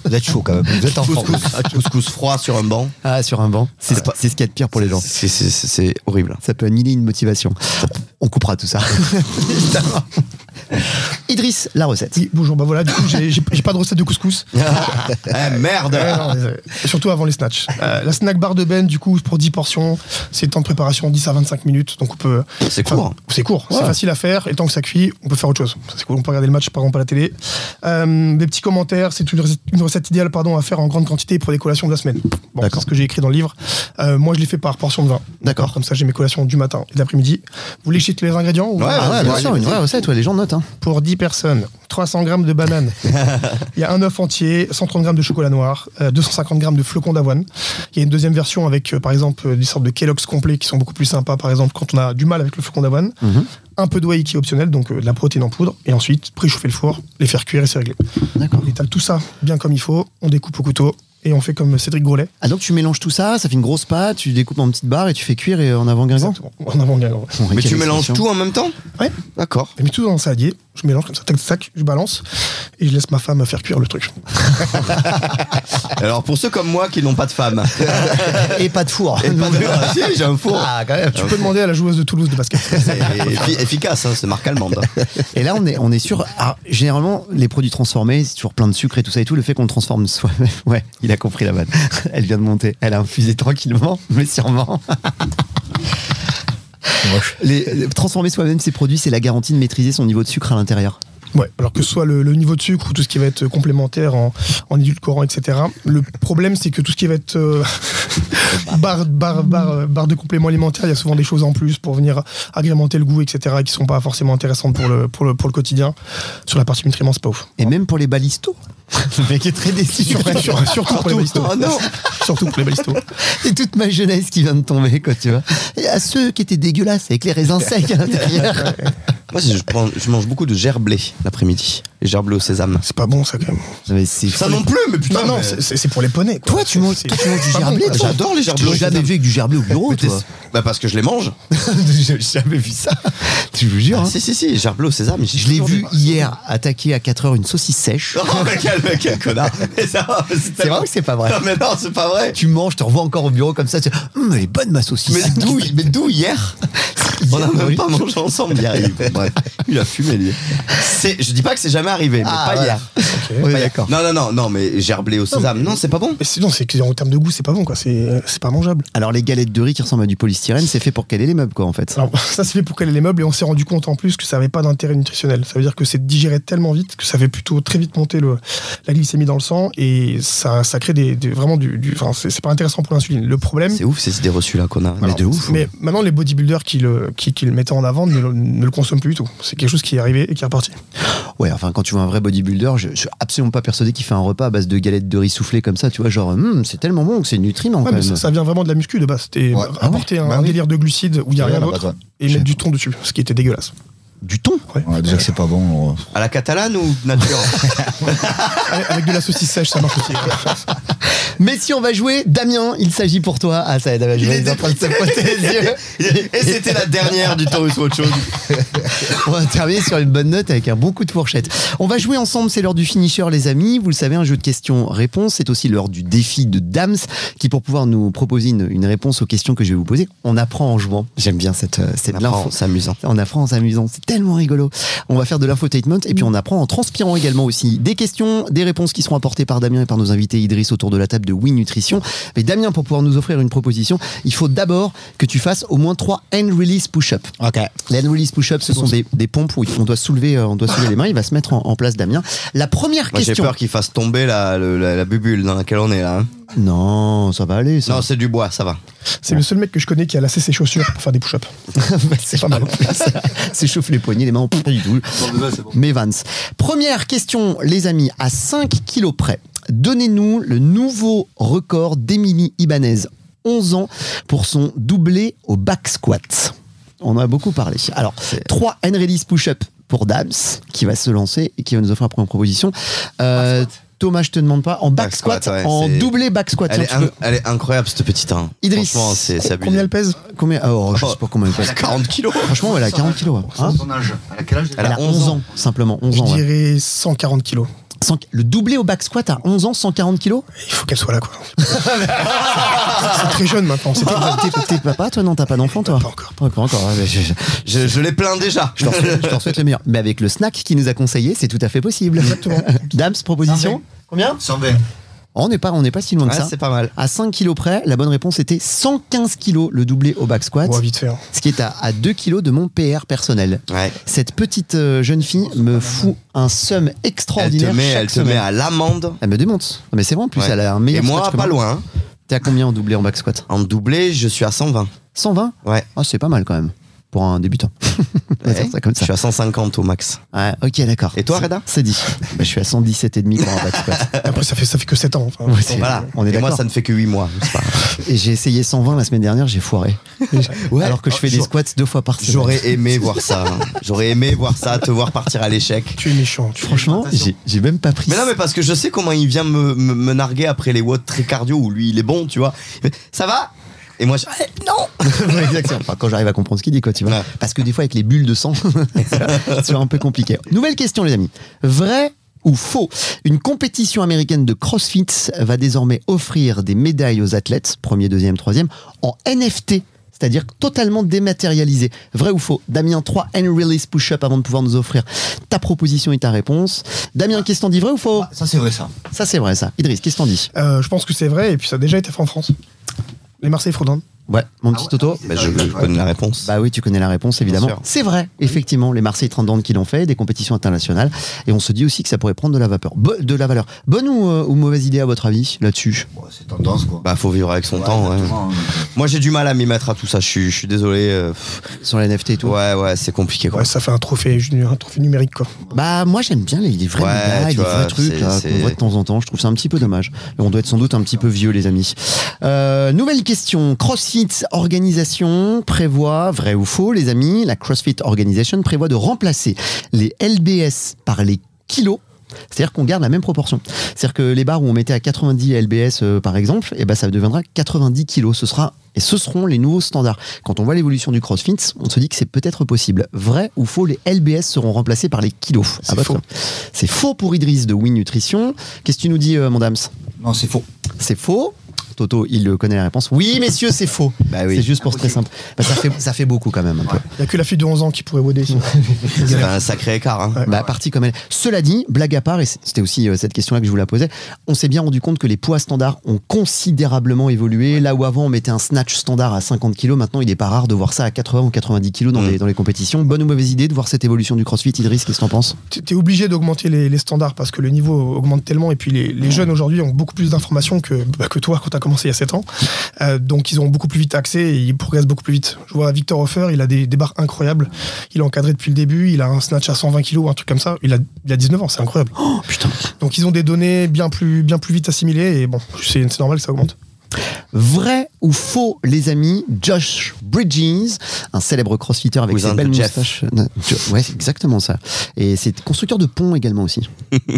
S10: Vous êtes chaud quand même. Vous êtes en forme.
S3: Couscous, couscous froid Ah, sur un banc.
S9: Ah, sur un banc, c'est c'est ce qu'il y a de pire pour les gens.
S3: C'est- C'est c'est- c'est horrible.
S9: Ça peut annihiler une motivation. On coupera tout ça.
S3: Idriss, la recette.
S5: Oui, bonjour, bah voilà, du coup, j'ai j'ai- j'ai pas de recette
S2: [LAUGHS]
S5: de couscous.
S2: Ah, merde
S5: Ouais, non, désolé. surtout avant les snatchs. Euh, la snack bar de Ben, du coup, pour 10 portions, c'est le temps de préparation 10 à 25 minutes. Donc on peut.
S2: C'est
S5: enfin,
S2: court.
S5: C'est court, c'est facile à faire. Et tant que ça cuit, on peut faire autre chose. Ça, c'est cool. On peut regarder le match, par exemple, à la télé. Euh, des petits commentaires, c'est une recette, une recette idéale pardon, à faire en grande quantité pour les collations de la semaine. Bon,
S3: D'accord.
S5: c'est ce que j'ai écrit dans le livre. Euh, moi, je les fais par portion de vin.
S3: D'accord.
S5: Comme ça, j'ai mes collations du matin et de l'après-midi. Vous voulez que je cite les ingrédients ou-
S2: Ouais,
S3: Ah ouais, bien
S2: ouais,
S3: sûr, une vraie recette, ouais, les gens notent. Hein.
S5: pour 10 personnes, 300 grammes de bananes, il y a un œuf entier, 130 grammes de chocolat noir, euh, 250 grammes de flocons d'avoine. Il y a une deuxième version avec, euh, par exemple, euh, des sortes de Kellogg's complets qui sont beaucoup plus sympas, par exemple, quand on a du mal avec le flocon d'avoine. Un peu de whey qui est optionnel, donc euh, de la protéine en poudre. Et ensuite, préchauffer le four, les faire cuire et c'est réglé.
S3: D'accord.
S5: On étale tout ça bien comme il faut, on découpe au couteau et on fait comme euh, Cédric Grolet.
S3: Ah donc tu mélanges tout ça, ça fait une grosse pâte, tu découpes en petites barres et tu fais cuire et euh, en avant guingamp.
S5: Exactement. En avant, bien, en avant.
S3: Bon, et
S2: Mais
S3: quelle
S2: tu mélanges
S3: expression.
S2: tout en même temps
S5: Ouais.
S2: D'accord.
S5: Je mets tout dans un saladier, je mélange comme ça, tac, tac, je balance et je laisse ma femme faire cuire le truc.
S2: Alors pour ceux comme moi qui n'ont pas de [LAUGHS] femme,
S3: Et pas de four.
S2: et pas de- Si, j'ai un [LAUGHS] four.
S3: Ah, quand même.
S5: Tu peux demander à la joueuse de Toulouse
S3: [LAUGHS]
S5: de basket.
S2: C'est effi- efficace, hein, c'est marque allemande.
S3: Et là, on est, on est sûr. ah, généralement, les produits transformés, c'est toujours plein de sucre et tout ça et tout. Le fait qu'on le transforme soi-même. [LAUGHS] Ouais, il a compris la vanne. Elle vient de monter. Elle a infusé tranquillement, mais sûrement. Les, les- transformer soi-même ses produits, c'est la garantie de maîtriser son niveau de sucre à l'intérieur.
S5: Ouais, alors que ce soit le, le niveau de sucre ou tout ce qui va être complémentaire en, en édulcorant, etc. Le problème, c'est que tout ce qui va être euh, [LAUGHS] barre, barre, barre, euh, barre de compléments alimentaires, il y a souvent des choses en plus pour venir agrémenter le goût, etc., qui sont pas forcément intéressantes pour le, pour le, pour le quotidien. Sur la partie nutriments, c'est pas ouf.
S3: Et même pour les balistos. [LAUGHS] Le mec est très déçu.
S5: Surtout, sur- surtout pour les balistos.
S3: Ah
S9: Ah
S5: [LAUGHS] Surtout pour les balistos.
S3: C'est toute ma jeunesse qui vient de tomber, quoi, tu vois. Et à ceux qui étaient dégueulasses avec les raisins secs à l'intérieur.
S2: Moi, je, prends- je mange beaucoup de gerblé l'après-midi. Les gerblés au sésame.
S5: C'est pas bon, ça, quand même.
S3: Non, mais c'est
S2: Ça non plus, mais putain.
S5: non, non,
S2: mais-
S5: c'est- c'est c'est pour les poneys. quoi.
S3: Toi, tu
S5: C'est-
S3: manges,
S5: c'est-
S3: toi, tu manges du
S5: c'est pas
S3: gerblé,
S5: bon, quoi.
S3: toi
S2: J'adore les
S3: Je t'ai
S2: gerblés au
S3: jamais
S2: sésame.
S3: vu avec du gerblé au bureau,
S2: Mais t'es-
S3: toi.
S2: Bah parce que je les [LAUGHS] mange.
S3: J'ai [LAUGHS] jamais vu ça. Tu vous jure.
S2: Ah,
S3: hein.
S2: si, si, si, gerblé au sésame. j'ai
S3: Je l'ai
S2: toujours
S3: vu
S2: des-
S3: hier attaquer à 4h une saucisse sèche.
S2: Non, Oh, mais quel, mais quel connard. Mais ça va, mais Ah, c'est
S3: [LAUGHS] C'est vrai
S2: tellement-
S3: ou c'est pas vrai
S2: Non, mais non, c'est pas vrai.
S3: Tu manges, tu revois encore au bureau comme ça, tu dis Hum, elle est bonne ma saucisse.
S2: Mais
S3: [LAUGHS]
S2: d'où, mais d'où hier [LAUGHS] On n'a même pas mangé ensemble hier. Il, bref, il a fumé, lui. C'est, je dis pas que c'est jamais arrivé, mais
S3: Ah,
S2: pas
S3: voilà.
S2: hier.
S3: Oui,
S2: Pas hier.
S3: d'accord.
S2: Non, non, non, non, mais gerblé au sésame. Non, c'est pas bon.
S5: Mais sinon, c'est que en termes de goût, c'est pas bon, quoi. C'est c'est pas mangeable.
S3: Alors les galettes de riz qui ressemblent à du polystyrène, c'est fait pour caler les meubles quoi en fait.
S5: Alors, [LAUGHS] ça se fait pour caler les meubles et on s'est rendu compte en plus que ça n'avait pas d'intérêt nutritionnel. Ça veut dire que c'est digéré tellement vite que ça fait plutôt très vite monter le, la glycémie dans le sang et ça, ça crée des, des- vraiment du. du- Enfin, c'est c'est pas intéressant pour l'insuline. Le problème.
S2: C'est ouf ces idées reçues là qu'on a.
S3: Mais de ouf.
S5: Mais maintenant, les bodybuilders qui le, qui, qui le mettaient en avant ne le, ne le consomment plus du tout. C'est quelque chose qui est arrivé et qui est reparti.
S3: Ouais, enfin quand tu vois un vrai bodybuilder, je, je suis absolument pas persuadé qu'il fait un repas à base de galettes de riz soufflées comme ça, tu vois, genre Hum, c'est tellement bon que c'est nutriment
S5: Ouais,
S3: quand
S5: mais
S3: même.
S5: ça, ça vient vraiment de la muscu de base. C'était
S9: Ouais. Ah
S5: apporter un,
S9: Bah
S5: un
S9: oui.
S5: délire de glucides où il n'y a
S9: Ouais,
S5: rien
S9: à la
S5: d'autre
S9: base,
S5: et mettre du thon dessus, ce qui était dégueulasse.
S3: Du thon
S5: Ouais.
S9: Ouais, déjà que c'est pas bon. euh,
S2: À la catalane ou nature
S5: Avec avec de la saucisse sèche, ça
S3: [LAUGHS]
S5: marche aussi.
S3: Mais si on va jouer, Damien, il s'agit pour toi. Ah ça y est, Damien, je
S2: Il
S3: vais
S2: est
S3: être en train de se frotter les yeux.
S2: Et c'était la dernière du Taurus Watch Show.
S3: On va terminer sur une bonne note avec un bon coup de fourchette. On va jouer ensemble, c'est l'heure du finisher les amis. Vous le savez, un jeu de questions-réponses. C'est aussi l'heure du défi de Dams qui pour pouvoir nous proposer une, une réponse aux questions que je vais vous poser, on apprend en jouant. J'aime bien cette, euh, cette
S2: On apprend
S3: l'info.
S2: en s'amusant.
S3: On apprend en s'amusant, c'est tellement rigolo. On va faire de l'infotainment et puis on apprend en transpirant également aussi. Des questions, des réponses qui seront apportées par Damien et par nos invités Idriss autour de la table de Oui Nutrition. Mais Damien, pour pouvoir nous offrir une proposition, il faut d'abord que tu fasses au moins 3 end release push-up.
S9: Ok.
S3: Les hand release push-up, ce sont des, des pompes où on doit soulever, euh, on doit soulever les mains. Il va se mettre en, en place, Damien. La première
S2: Moi j'ai
S3: question.
S2: peur qu'il fasse tomber la, le- la, la bubule dans laquelle on est là. hein.
S3: Non, ça va aller. Ça.
S2: Non, c'est du bois, ça va.
S5: C'est le seul mec que je connais qui a lassé ses chaussures pour faire des push-ups.
S3: [LAUGHS] c'est pas mal. S'échauffe les poignets, les mains, pas du tout. Mais Vance. Première question, les amis, à 5 kilos près. Donnez-nous le nouveau record d'Emilie Ibanez, 11 ans, pour son doublé au back squat. On en a beaucoup parlé. Alors, 3 end release push-up pour Dams, qui va se lancer et qui va nous offrir la première proposition. Euh, Thomas, je te demande pas, en back,
S2: Back
S3: squat,
S2: squat, ouais,
S3: en
S2: c'est-
S3: doublé back squat.
S2: Elle,
S3: tiens,
S2: est
S3: tu
S2: in-
S3: peux-
S2: elle est incroyable cette petite. Hein.
S3: Idriss, oh,
S2: Franchement, c'est c'est
S5: Combien
S2: abusé.
S5: elle pèse
S3: Combien oh, Je sais pas combien il
S2: Elle
S3: pèse.
S2: a 40 kilos.
S3: Franchement, elle a 40 kilos. hein.
S11: son âge. À quel âge
S2: Elle
S3: Elle a 11 ans, simplement. 11
S5: Je
S3: ans. ouais.
S5: dirais 140 kilos.
S3: Cent- Le doublé au back squat à 11 ans, 140 kilos
S5: Il faut qu'elle soit là, quoi. [LAUGHS] c'est très jeune maintenant. C'était
S3: [LAUGHS] T'es t'es papa, toi Non, t'as pas d'enfant, toi
S5: Pas encore.
S3: Pas encore, encore. ouais, je, je-
S9: Je, je les plains déjà.
S3: je leur souhaite, je leur souhaite le meilleur. Mais avec le snack qu'il nous a conseillé, c'est tout à fait possible.
S5: Exactement.
S3: [LAUGHS] Dams, proposition Oh,
S9: Combien 120.
S3: On n'est pas, on n'est pas si loin
S9: Ouais,
S3: que ça.
S9: c'est pas mal.
S3: À 5 kilos près, la bonne réponse était 115 kilos le doublé au back squat,
S5: On va vite hein. faire.
S3: [LAUGHS] ce qui est à, à 2 kilos de mon PR personnel.
S9: Ouais.
S3: Cette petite euh, jeune fille me fout un seum
S9: Elle te
S3: extraordinaire
S9: met,
S3: chaque
S9: elle te
S3: semaine.
S9: met à l'amende.
S3: Elle me démonte. Non, mais c'est vrai en plus,
S9: Euh, Ouais.
S3: elle a un meilleur
S9: Et moi,
S3: squat que
S9: pas loin.
S3: T'es à combien en doublé en back squat
S9: En doublé, je suis à 120.
S3: 120
S9: Ouais.
S3: Ah, c'est pas mal quand même. Pour un débutant. On va dire ça comme
S9: Je
S3: ça.
S9: suis à 150 au max.
S3: Ouais, ok, d'accord.
S9: Et toi,
S3: C'est-
S9: Reda
S3: C'est dit. Bah, je suis à 117 et demi pour un back squat.
S5: Après, ça fait, ça fait que 7 ans. enfin.
S3: Ouais, c'est-
S9: Voilà.
S3: On est
S9: Et moi,
S3: d'accord.
S9: ça ne fait que
S3: [LAUGHS]
S9: 8 mois. C'est pas-
S3: Et j'ai essayé 120 la semaine dernière, j'ai foiré.
S9: [LAUGHS] Ouais.
S3: Alors que je fais des
S9: J'aurais-
S3: squats deux fois par semaine.
S9: J'aurais aimé voir ça. hein. J'aurais aimé voir ça, te voir partir à l'échec.
S5: Tu es méchant. tu-
S3: Franchement, j'ai j'ai même pas pris.
S9: Mais non, mais parce que je sais comment il vient me, me, me narguer après les watts très cardio où lui il est bon, tu vois. Il fait, Ça va Et moi je. Eh, Non
S3: Ouais, exactement. Enfin, quand j'arrive à comprendre ce qu'il dit, quoi, tu vois.
S9: Ouais.
S3: Parce que des fois, avec les bulles de sang, [LAUGHS] c'est un peu compliqué. Nouvelle question, les amis. Vrai ou faux Une compétition américaine de CrossFit va désormais offrir des médailles aux athlètes, premier, deuxième, troisième, en NFT. C'est-à-dire totalement dématérialisé. [LAUGHS] Vrai ou faux Damien, 3 and release push-up avant de pouvoir nous offrir ta proposition et ta réponse. Damien, qu'est-ce t'en dis Vrai ou faux
S4: Ça, c'est vrai, ça.
S3: Ça, c'est vrai, ça. Idriss, qu'est-ce t'en dis
S5: Euh, je pense que c'est vrai, et puis ça a déjà été fait en France. Les Marseillais fraudent.
S3: Ouais,
S4: Ah
S3: mon petit Toto
S9: Bah, je, je connais la réponse.
S3: Bah oui, tu connais la réponse, évidemment.
S9: Bien sûr.
S3: C'est vrai, effectivement, les Marseilles 30 qui l'ont fait, des compétitions internationales. Et on se dit aussi que ça pourrait prendre de la, vapeur. Bo- de la valeur. Bonne ou, euh, ou mauvaise idée, à votre avis, là-dessus
S4: Bon, c'est tendance, quoi.
S9: Bah faut vivre avec son temps. ouais.
S4: exactement, hein, donc, euh,
S9: Moi j'ai du mal à m'y mettre à tout ça. Je suis, je suis désolé. euh, pff.
S3: Sur les NFT et tout
S9: Ouais ouais c'est compliqué quoi.
S5: Ouais, ça fait un trophée, un trophée numérique, quoi.
S3: Bah, moi, j'aime bien les, les vrais
S9: Ouais,
S3: médailles,
S9: tu
S3: les
S9: vois,
S3: vrais trucs
S9: c'est-
S3: là,
S9: c'est-
S3: qu'on voit de temps en temps. Je trouve ça un petit peu dommage. Et on doit être sans doute un petit peu vieux, les amis. Euh, nouvelle question. CrossFit Organisation prévoit, vrai ou faux, les amis, la CrossFit Organisation prévoit de remplacer les LBS par les kilos. C'est-à-dire qu'on garde la même proportion. C'est-à-dire que les barres où on mettait à 90 LBS euh, par exemple, eh ben, ça deviendra 90 kilos. Ce sera et ce seront les nouveaux standards. Quand on voit l'évolution du CrossFit, on se dit que c'est peut-être possible. Vrai ou faux, les LBS seront remplacés par les kilos.
S5: C'est
S3: À votre
S5: faux.
S3: avis. C'est faux pour Idriss de Win Nutrition. Qu'est-ce que tu nous dis, euh, mon dams
S4: Non, c'est faux.
S3: C'est faux. Toto, il euh, connaît la réponse. Oui, messieurs, c'est faux.
S9: Bah oui.
S3: C'est juste pour très simple. Bah, ça, fait, ça fait beaucoup quand même. un peu.
S5: Il n'y a que la fille de 11 ans qui pourrait
S3: [LAUGHS]
S5: woder. sinon.
S9: C'est un sacré écart. hein.
S3: bah, partie comme elle. Cela dit, blague à part, et c'était aussi euh, cette question-là que je vous la posais, on s'est bien rendu compte que les poids standards ont considérablement évolué. Là où avant on mettait un snatch standard à 50 kg, maintenant il n'est pas rare de voir ça à 80 ou 90 kg dans,
S9: Mm.
S3: les, dans les compétitions. Bonne ou mauvaise idée de voir cette évolution du CrossFit, Idriss, qu'est-ce que t'en penses
S5: T'es t'es obligé d'augmenter les, les standards parce que le niveau augmente tellement et puis les, les jeunes aujourd'hui ont beaucoup plus d'informations que, bah, que toi quand t'as commencé il y a 7 ans. Euh, donc ils ont beaucoup plus vite accès et ils progressent beaucoup plus vite. Je vois Victor Hofer, il a des, des barres incroyables. Il est encadré depuis le début, il a un snatch à 120 kg ou un truc comme ça. Il a, il a 19 ans, c'est incroyable.
S3: Oh, Putain.
S5: Donc ils ont des données bien plus, bien plus vite assimilées et bon, c'est c'est normal que ça augmente.
S3: Vrai ou faux, les amis, Josh Bridges, un célèbre crossfitter avec
S9: Cousin
S3: ses
S9: de
S3: belles
S9: Jeff.
S3: moustaches. Non, Jo- Ouais, c'est exactement ça. Et c'est constructeur de ponts également
S9: [LAUGHS]
S3: aussi.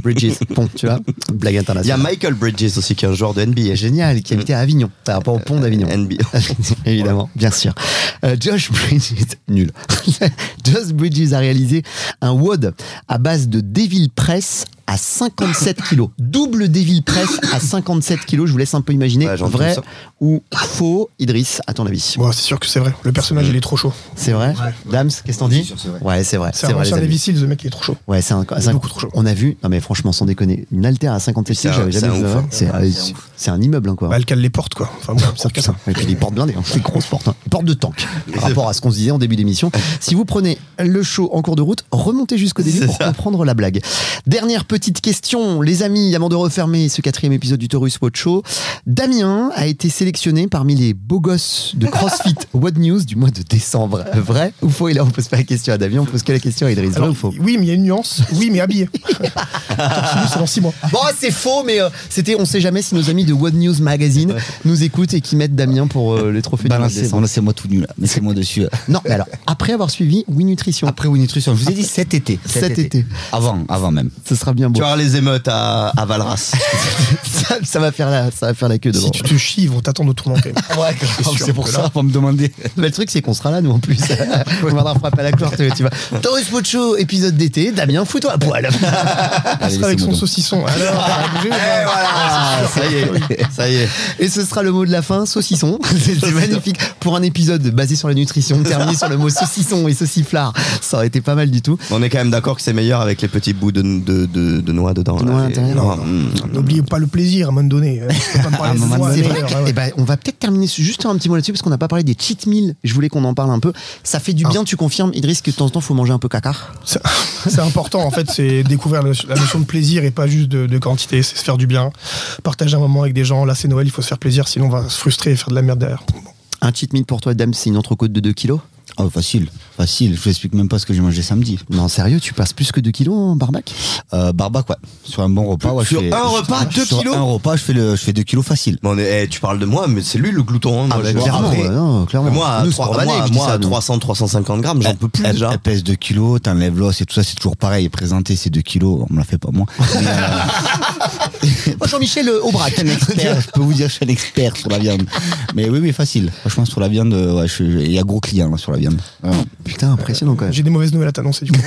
S3: Bridges, pont, tu vois. Blague
S9: Il y a
S3: internationale.
S9: Michael Bridges aussi qui est un joueur de NBA.
S3: Génial,
S9: Mm.
S3: qui habitait à Avignon, par rapport au pont d'Avignon.
S9: NBA.
S3: [LAUGHS] Évidemment, bien sûr. Euh, Josh Bridges, nul. [LAUGHS] Josh Bridges a réalisé un WOD à base de Devil Press à 57 kilos. Double Devil Press à 57 kilos. Je vous laisse un peu imaginer.
S9: Ouais, j'entends
S3: vrai
S9: ça.
S3: ou faux, Idriss, à ton avis
S5: Bon, c'est sûr que c'est vrai. Le personnage, il est trop chaud.
S3: C'est vrai Dams, qu'est-ce que t'en dis
S4: C'est sûr, c'est vrai.
S3: Ouais, c'est vrai.
S5: C'est
S3: c'est
S5: un
S3: vrai, les
S5: ancien
S3: amis.
S5: des le mec, il est trop chaud.
S3: Ouais, c'est un- c'est un-
S5: beaucoup trop chaud.
S3: On a vu, non mais franchement, sans déconner, une altère à 57
S9: C'est
S3: kilos, j'avais
S9: un- c'est
S3: jamais
S9: un
S3: vu.
S9: ouf,
S3: ouais.
S9: hein.
S3: C'est un, c'est un immeuble, hein, quoi.
S5: Bah, elle cale les portes, quoi.
S3: [LAUGHS]
S5: Enfin, bon, c'est
S3: Putain, et puis les portes blindées, hein. des grosses portes, hein. Des portes de tank, par rapport à ce qu'on se disait en début d'émission. Si vous prenez le show en cours de route, remontez jusqu'au début pour comprendre la blague. Dernière petite question, les amis, avant de refermer ce quatrième épisode du Taurus Watch Show, Damien a été sélectionné parmi les beaux gosses de CrossFit What News du mois de décembre. Vrai ou faux Et là, on pose pas la question à Damien, on pose que la question à Idriss. Vrai
S5: Alors,
S3: ou faux
S5: oui, mais il y a une nuance. Oui,
S3: [LAUGHS]
S5: mais habillé. Torse nu, c'est dans 6 mois.
S3: Bon, c'est faux, mais euh, c'était. On sait jamais si nos amis de What News Magazine nous écoutent et qui mettent Damien pour euh, le trophée du mois de
S4: Balancez,
S3: décembre.
S4: balancez-moi tout nu, là.
S3: [LAUGHS]
S4: Mettez-moi dessus. là.
S3: Non, mais alors, après avoir suivi Oui Nutrition,
S4: Après Winnie Nutrition, je vous ai dit cet été.
S3: Cet été.
S4: Avant, avant même.
S3: ce sera bien
S2: Tu
S3: bien beau.
S2: vas voir les émeutes à, à Valras.
S3: [LAUGHS] ça, ça va faire la, ça va faire la queue devant.
S5: Si tu te chies, ils vont t'attendre au tournant quand même.
S4: C'est pour ça, pour me demander.
S3: Mais le truc, c'est qu'on sera là, nous, en
S5: [LAUGHS]
S3: plus. On va avoir frappe à la corde, tu vois. Taurus Pocho, épisode d'été. Damien, fous-toi à
S5: [LAUGHS]
S3: poil.
S5: Il sera avec son saucisson. Alors, bougez,
S2: Eh,
S3: Ah,
S4: Ah,
S2: voilà, ça y est, ça y est.
S3: Et ce sera le mot de la fin, saucisson. [LAUGHS] C'est c'est magnifique. Pour un épisode basé sur la nutrition, terminé sur le mot saucisson et sauciflard, ça aurait été pas mal du tout.
S2: On est quand même d'accord que c'est meilleur avec les petits bouts de, de, de, de noix dedans.
S3: De
S2: là,
S3: noix à
S2: les- Non,
S3: l'intérieur.
S2: mm.
S5: N'oubliez pas le plaisir à un moment donné. Euh, faut pas me parler de
S3: C'est
S5: moi,
S3: vrai
S5: d'ailleurs, hein,
S3: que-
S5: ouais, ouais.
S3: eh ben, on va peut-être terminer sur- juste un petit mot là-dessus parce qu'on n'a pas parlé des cheat meals. Je voulais qu'on en parle un peu. Ça fait du
S4: Ah.
S3: bien, tu confirmes, Idriss, que de temps en temps, faut manger un peu caca.
S5: C'est c'est important en fait, c'est découvrir le- la notion de plaisir et pas juste de, de quantité, c'est se faire du bien, partager un moment avec des gens. Là c'est Noël, il faut se faire plaisir, sinon on va se frustrer et faire de la merde derrière.
S3: Un cheat meal pour toi, dame, c'est une entrecôte de 2 kilos
S4: Oh, facile, facile. Je vous explique même pas ce que j'ai mangé samedi.
S3: Non, sérieux, tu passes plus que 2 kilos en barbac
S4: Euh, barbac, ouais. Sur un bon repas, ouais. je
S2: Sur
S4: fais-
S2: un repas, deux
S4: Sur
S2: kilos
S4: un repas, je fais, le, je fais 2 kilos facile. Ah, bah,
S2: Mais on est- eh, tu parles de moi, mais c'est lui le glouton. hein. Moi, je-
S3: clairement,
S2: après-
S3: ouais, non, clairement.
S2: Mais Moi, à
S3: Nous, c'est
S2: trois-
S3: pour
S2: moi,
S3: vanner que je dis
S2: moi,
S3: ça,
S2: à
S3: nous.
S2: 300, 350 grammes, j'en peux plus
S4: elle,
S2: déjà.
S4: elle pèse 2 kilos, t'enlèves l'os et tout ça, c'est toujours pareil. Présenter ces 2 kilos, on me la fait pas moi. Mais, euh,
S3: [LAUGHS] Oh, Jean-Michel euh, Aubrac.
S4: un expert, je peux vous dire, je suis un expert sur la viande. Mais oui, oui, facile. Franchement, sur la viande, euh, ouais, je suis- il y a gros client là, sur la viande. Vraiment,
S3: Putain, impressionnant quand même.
S5: J'ai des mauvaises nouvelles à
S3: [LAUGHS]
S5: t'annoncer du coup.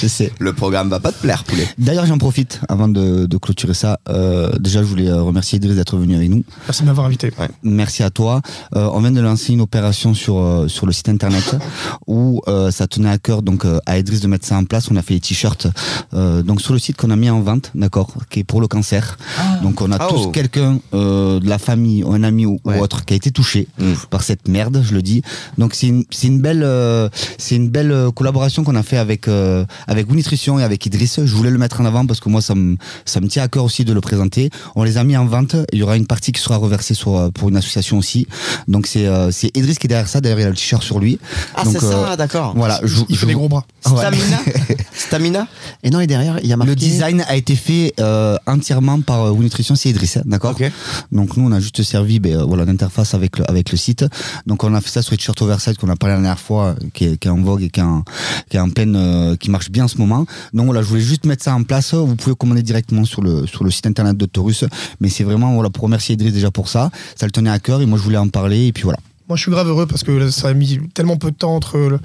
S4: je sais.
S2: Le programme va pas te plaire, poulet.
S4: D'ailleurs, j'en profite avant de, de clôturer ça. Euh, déjà, je voulais euh, remercier Idriss d'être venu avec nous.
S5: Merci de m'avoir invité.
S4: Merci à toi. Euh, on vient de lancer une opération sur euh, sur le site internet [LAUGHS] où euh, ça tenait à cœur donc euh, à Idriss de mettre ça en place. On a fait les t-shirts euh, donc sur le site qu'on a mis en vente, d'accord, qui est pour le cancer. Donc on a
S2: Ah, oh.
S4: tous quelqu'un euh, de la famille, ou un ami ou, ou
S3: Ouais.
S4: autre qui a été touché par cette merde, je le dis. Donc c'est une c'est une belle euh, c'est une belle euh, collaboration qu'on a fait avec euh, avec Win Nutrition et avec Idriss. Je voulais le mettre en avant parce que moi ça me ça me tient à cœur aussi de le présenter. On les a mis en vente. Il y aura une partie qui sera reversée sur euh, pour une association aussi. Donc c'est euh, c'est Idriss qui est derrière ça. D'ailleurs il a le t-shirt sur lui. Donc, euh,
S2: Ah, d'accord.
S4: Voilà. Je,
S5: Il
S4: je-
S5: fait des gros bras.
S4: Ouais.
S2: Stamina
S4: [LAUGHS]
S2: Stamina
S3: Et non, et derrière, il y a marqué.
S4: Le design a été fait euh, entièrement par euh, Win Nutrition, c'est Idriss, hein, d'accord
S2: Ok.
S4: Donc nous, on a juste servi ben, euh, voilà, d'interface avec le, avec le site. Donc on a fait ça sur les t-shirts oversize qu'on a parlé la dernière fois, euh, qui est, qui est en vogue et qui est en, qui est en pleine, euh, qui marche bien en ce moment. Donc voilà, je voulais juste mettre ça en place. Vous pouvez commander directement sur le, sur le site internet de Taurus. Mais c'est vraiment voilà, pour remercier Idriss déjà pour ça. Ça le tenait à cœur et moi, je voulais en parler. Et puis voilà.
S5: Moi je suis grave heureux parce que là, ça a mis tellement peu de temps entre le-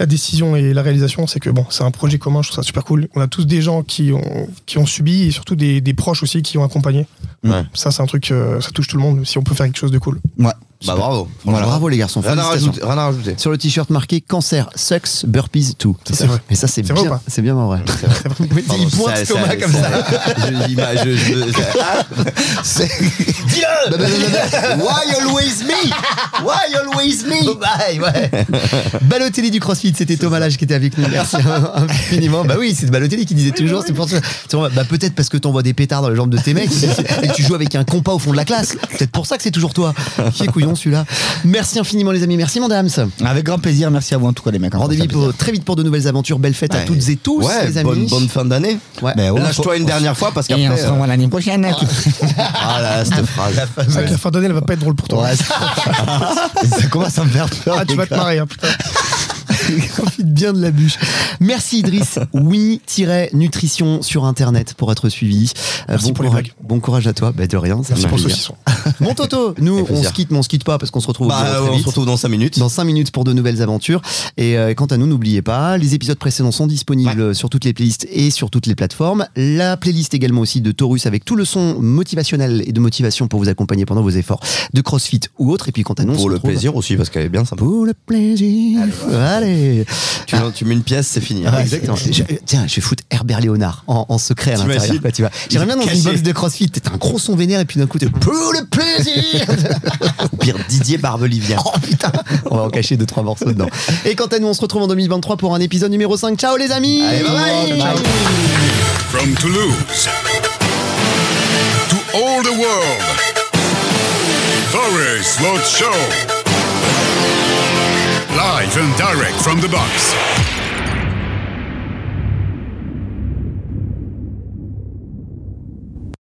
S5: la décision et la réalisation, c'est que bon, c'est un projet commun, je trouve ça super cool. On a tous des gens qui ont, qui ont subi et surtout des, des proches aussi qui ont accompagné.
S2: Ouais.
S5: Ça c'est un truc, euh, ça touche tout le monde si on peut faire quelque chose de cool.
S4: Ouais.
S2: Bah bravo.
S3: Voilà. Bravo les garçons.
S2: Rien à
S3: félicitations.
S2: rajouter. Rien à rajouter.
S3: Sur le t-shirt marqué cancer, sex, burpees, tout.
S5: Ça, c'est vrai.
S3: Mais ça, c'est
S5: C'est vrai ou
S3: bien.
S5: pas
S3: [LAUGHS] C'est bien en vrai.
S2: Pardon,
S3: Il pointe
S2: ça-
S3: Thomas
S2: ça-
S3: comme
S2: Je- j'ima- je- je- je- Ah.
S3: Why always me Why
S2: [LAUGHS]
S3: always me Bye, [LAUGHS] ouais. Balotelli du CrossFit, c'était Thomas Lage qui était avec nous.
S2: [LAUGHS]
S3: Merci infiniment. Bah oui, c'est Balotelli qui disait toujours. C'est pour ça. c'est pour- Bah peut-être parce que t'envoies des pétards dans les jambes de tes mecs et que tu joues avec un compas au fond de la classe. Peut-être pour ça que c'est toujours toi. Qui est couillon celui-là Merci infiniment les amis. Merci Mandams.
S4: Avec grand plaisir. Merci à vous en tout cas, les mecs. Encore, ça
S3: Rendez-vous
S4: fait
S3: pour- très vite pour de nouvelles aventures. Belle fête à toutes et tous
S2: Ouais,
S3: les amis.
S2: bonne, bonne fin d'année.
S3: Ouais.
S4: Ben ouais, faut-
S2: Lâche-toi une dernière fois parce
S4: plaisir. Et on
S2: qu'après.
S4: se
S2: euh,
S4: revoit l'année prochaine.
S2: Ah là, cette phrase.
S5: C'est vrai que la fin d'année elle va pas être drôle pour toi.
S4: Ouais, [LAUGHS] ça ça commence à me faire peur. euh,
S5: Ah, tu
S4: les
S5: vas te
S4: gars.
S5: marrer, hein, putain.
S3: profite bien de la bûche. Merci Idriss. Oui-nutrition sur internet pour être suivi. Euh,
S5: Merci
S3: bon
S5: pour les
S3: courage,
S5: blagues.
S3: bon courage à toi. Bah, de rien. ça
S5: Merci
S3: me
S5: pour
S3: fait
S5: le
S3: plaisir.
S5: saucisson.
S3: [LAUGHS] Mon Toto, nous on
S2: plaisir.
S3: se quitte, mais on se quitte pas parce qu'on se retrouve au bureau
S2: Bah,
S3: très
S2: on se
S3: vite.
S2: retrouve dans 5 minutes.
S3: Dans 5 minutes pour de nouvelles aventures. Et euh, quant à nous, n'oubliez pas, les épisodes précédents sont disponibles euh, sur toutes les playlists et sur toutes les plateformes. La playlist également aussi de Taurus avec tout le son motivationnel et de motivation pour vous accompagner pendant vos efforts de CrossFit ou autre. Et puis quant à nous, on se
S2: Pour le
S3: retrouve-
S2: plaisir aussi, parce qu'elle est bien sympa.
S3: Pour le plaisir. Allez.
S2: Tu, tu mets une pièce, c'est fini.
S3: Ouais, Ah,
S2: [LAUGHS]
S3: exactement. Je- tiens, je vais foutre Herbert Léonard en, en secret à
S2: T'imagines
S3: l'intérieur. quoi, tu vois. J'aimerais bien dans une
S2: Caché.
S3: box de crossfit, t'es un gros son vénère et puis d'un coup, t'es pour le plaisir
S2: Au pire, Didier Barbelivien.
S3: Oh putain [LAUGHS] On va en cacher deux, trois morceaux dedans. Et quant à nous, on se retrouve en 2023 pour un épisode numéro 5. Ciao les amis
S2: Allez, bye bye. Ciao.
S1: From Toulouse to all the world, Taurus World Show. Live and direct from the box.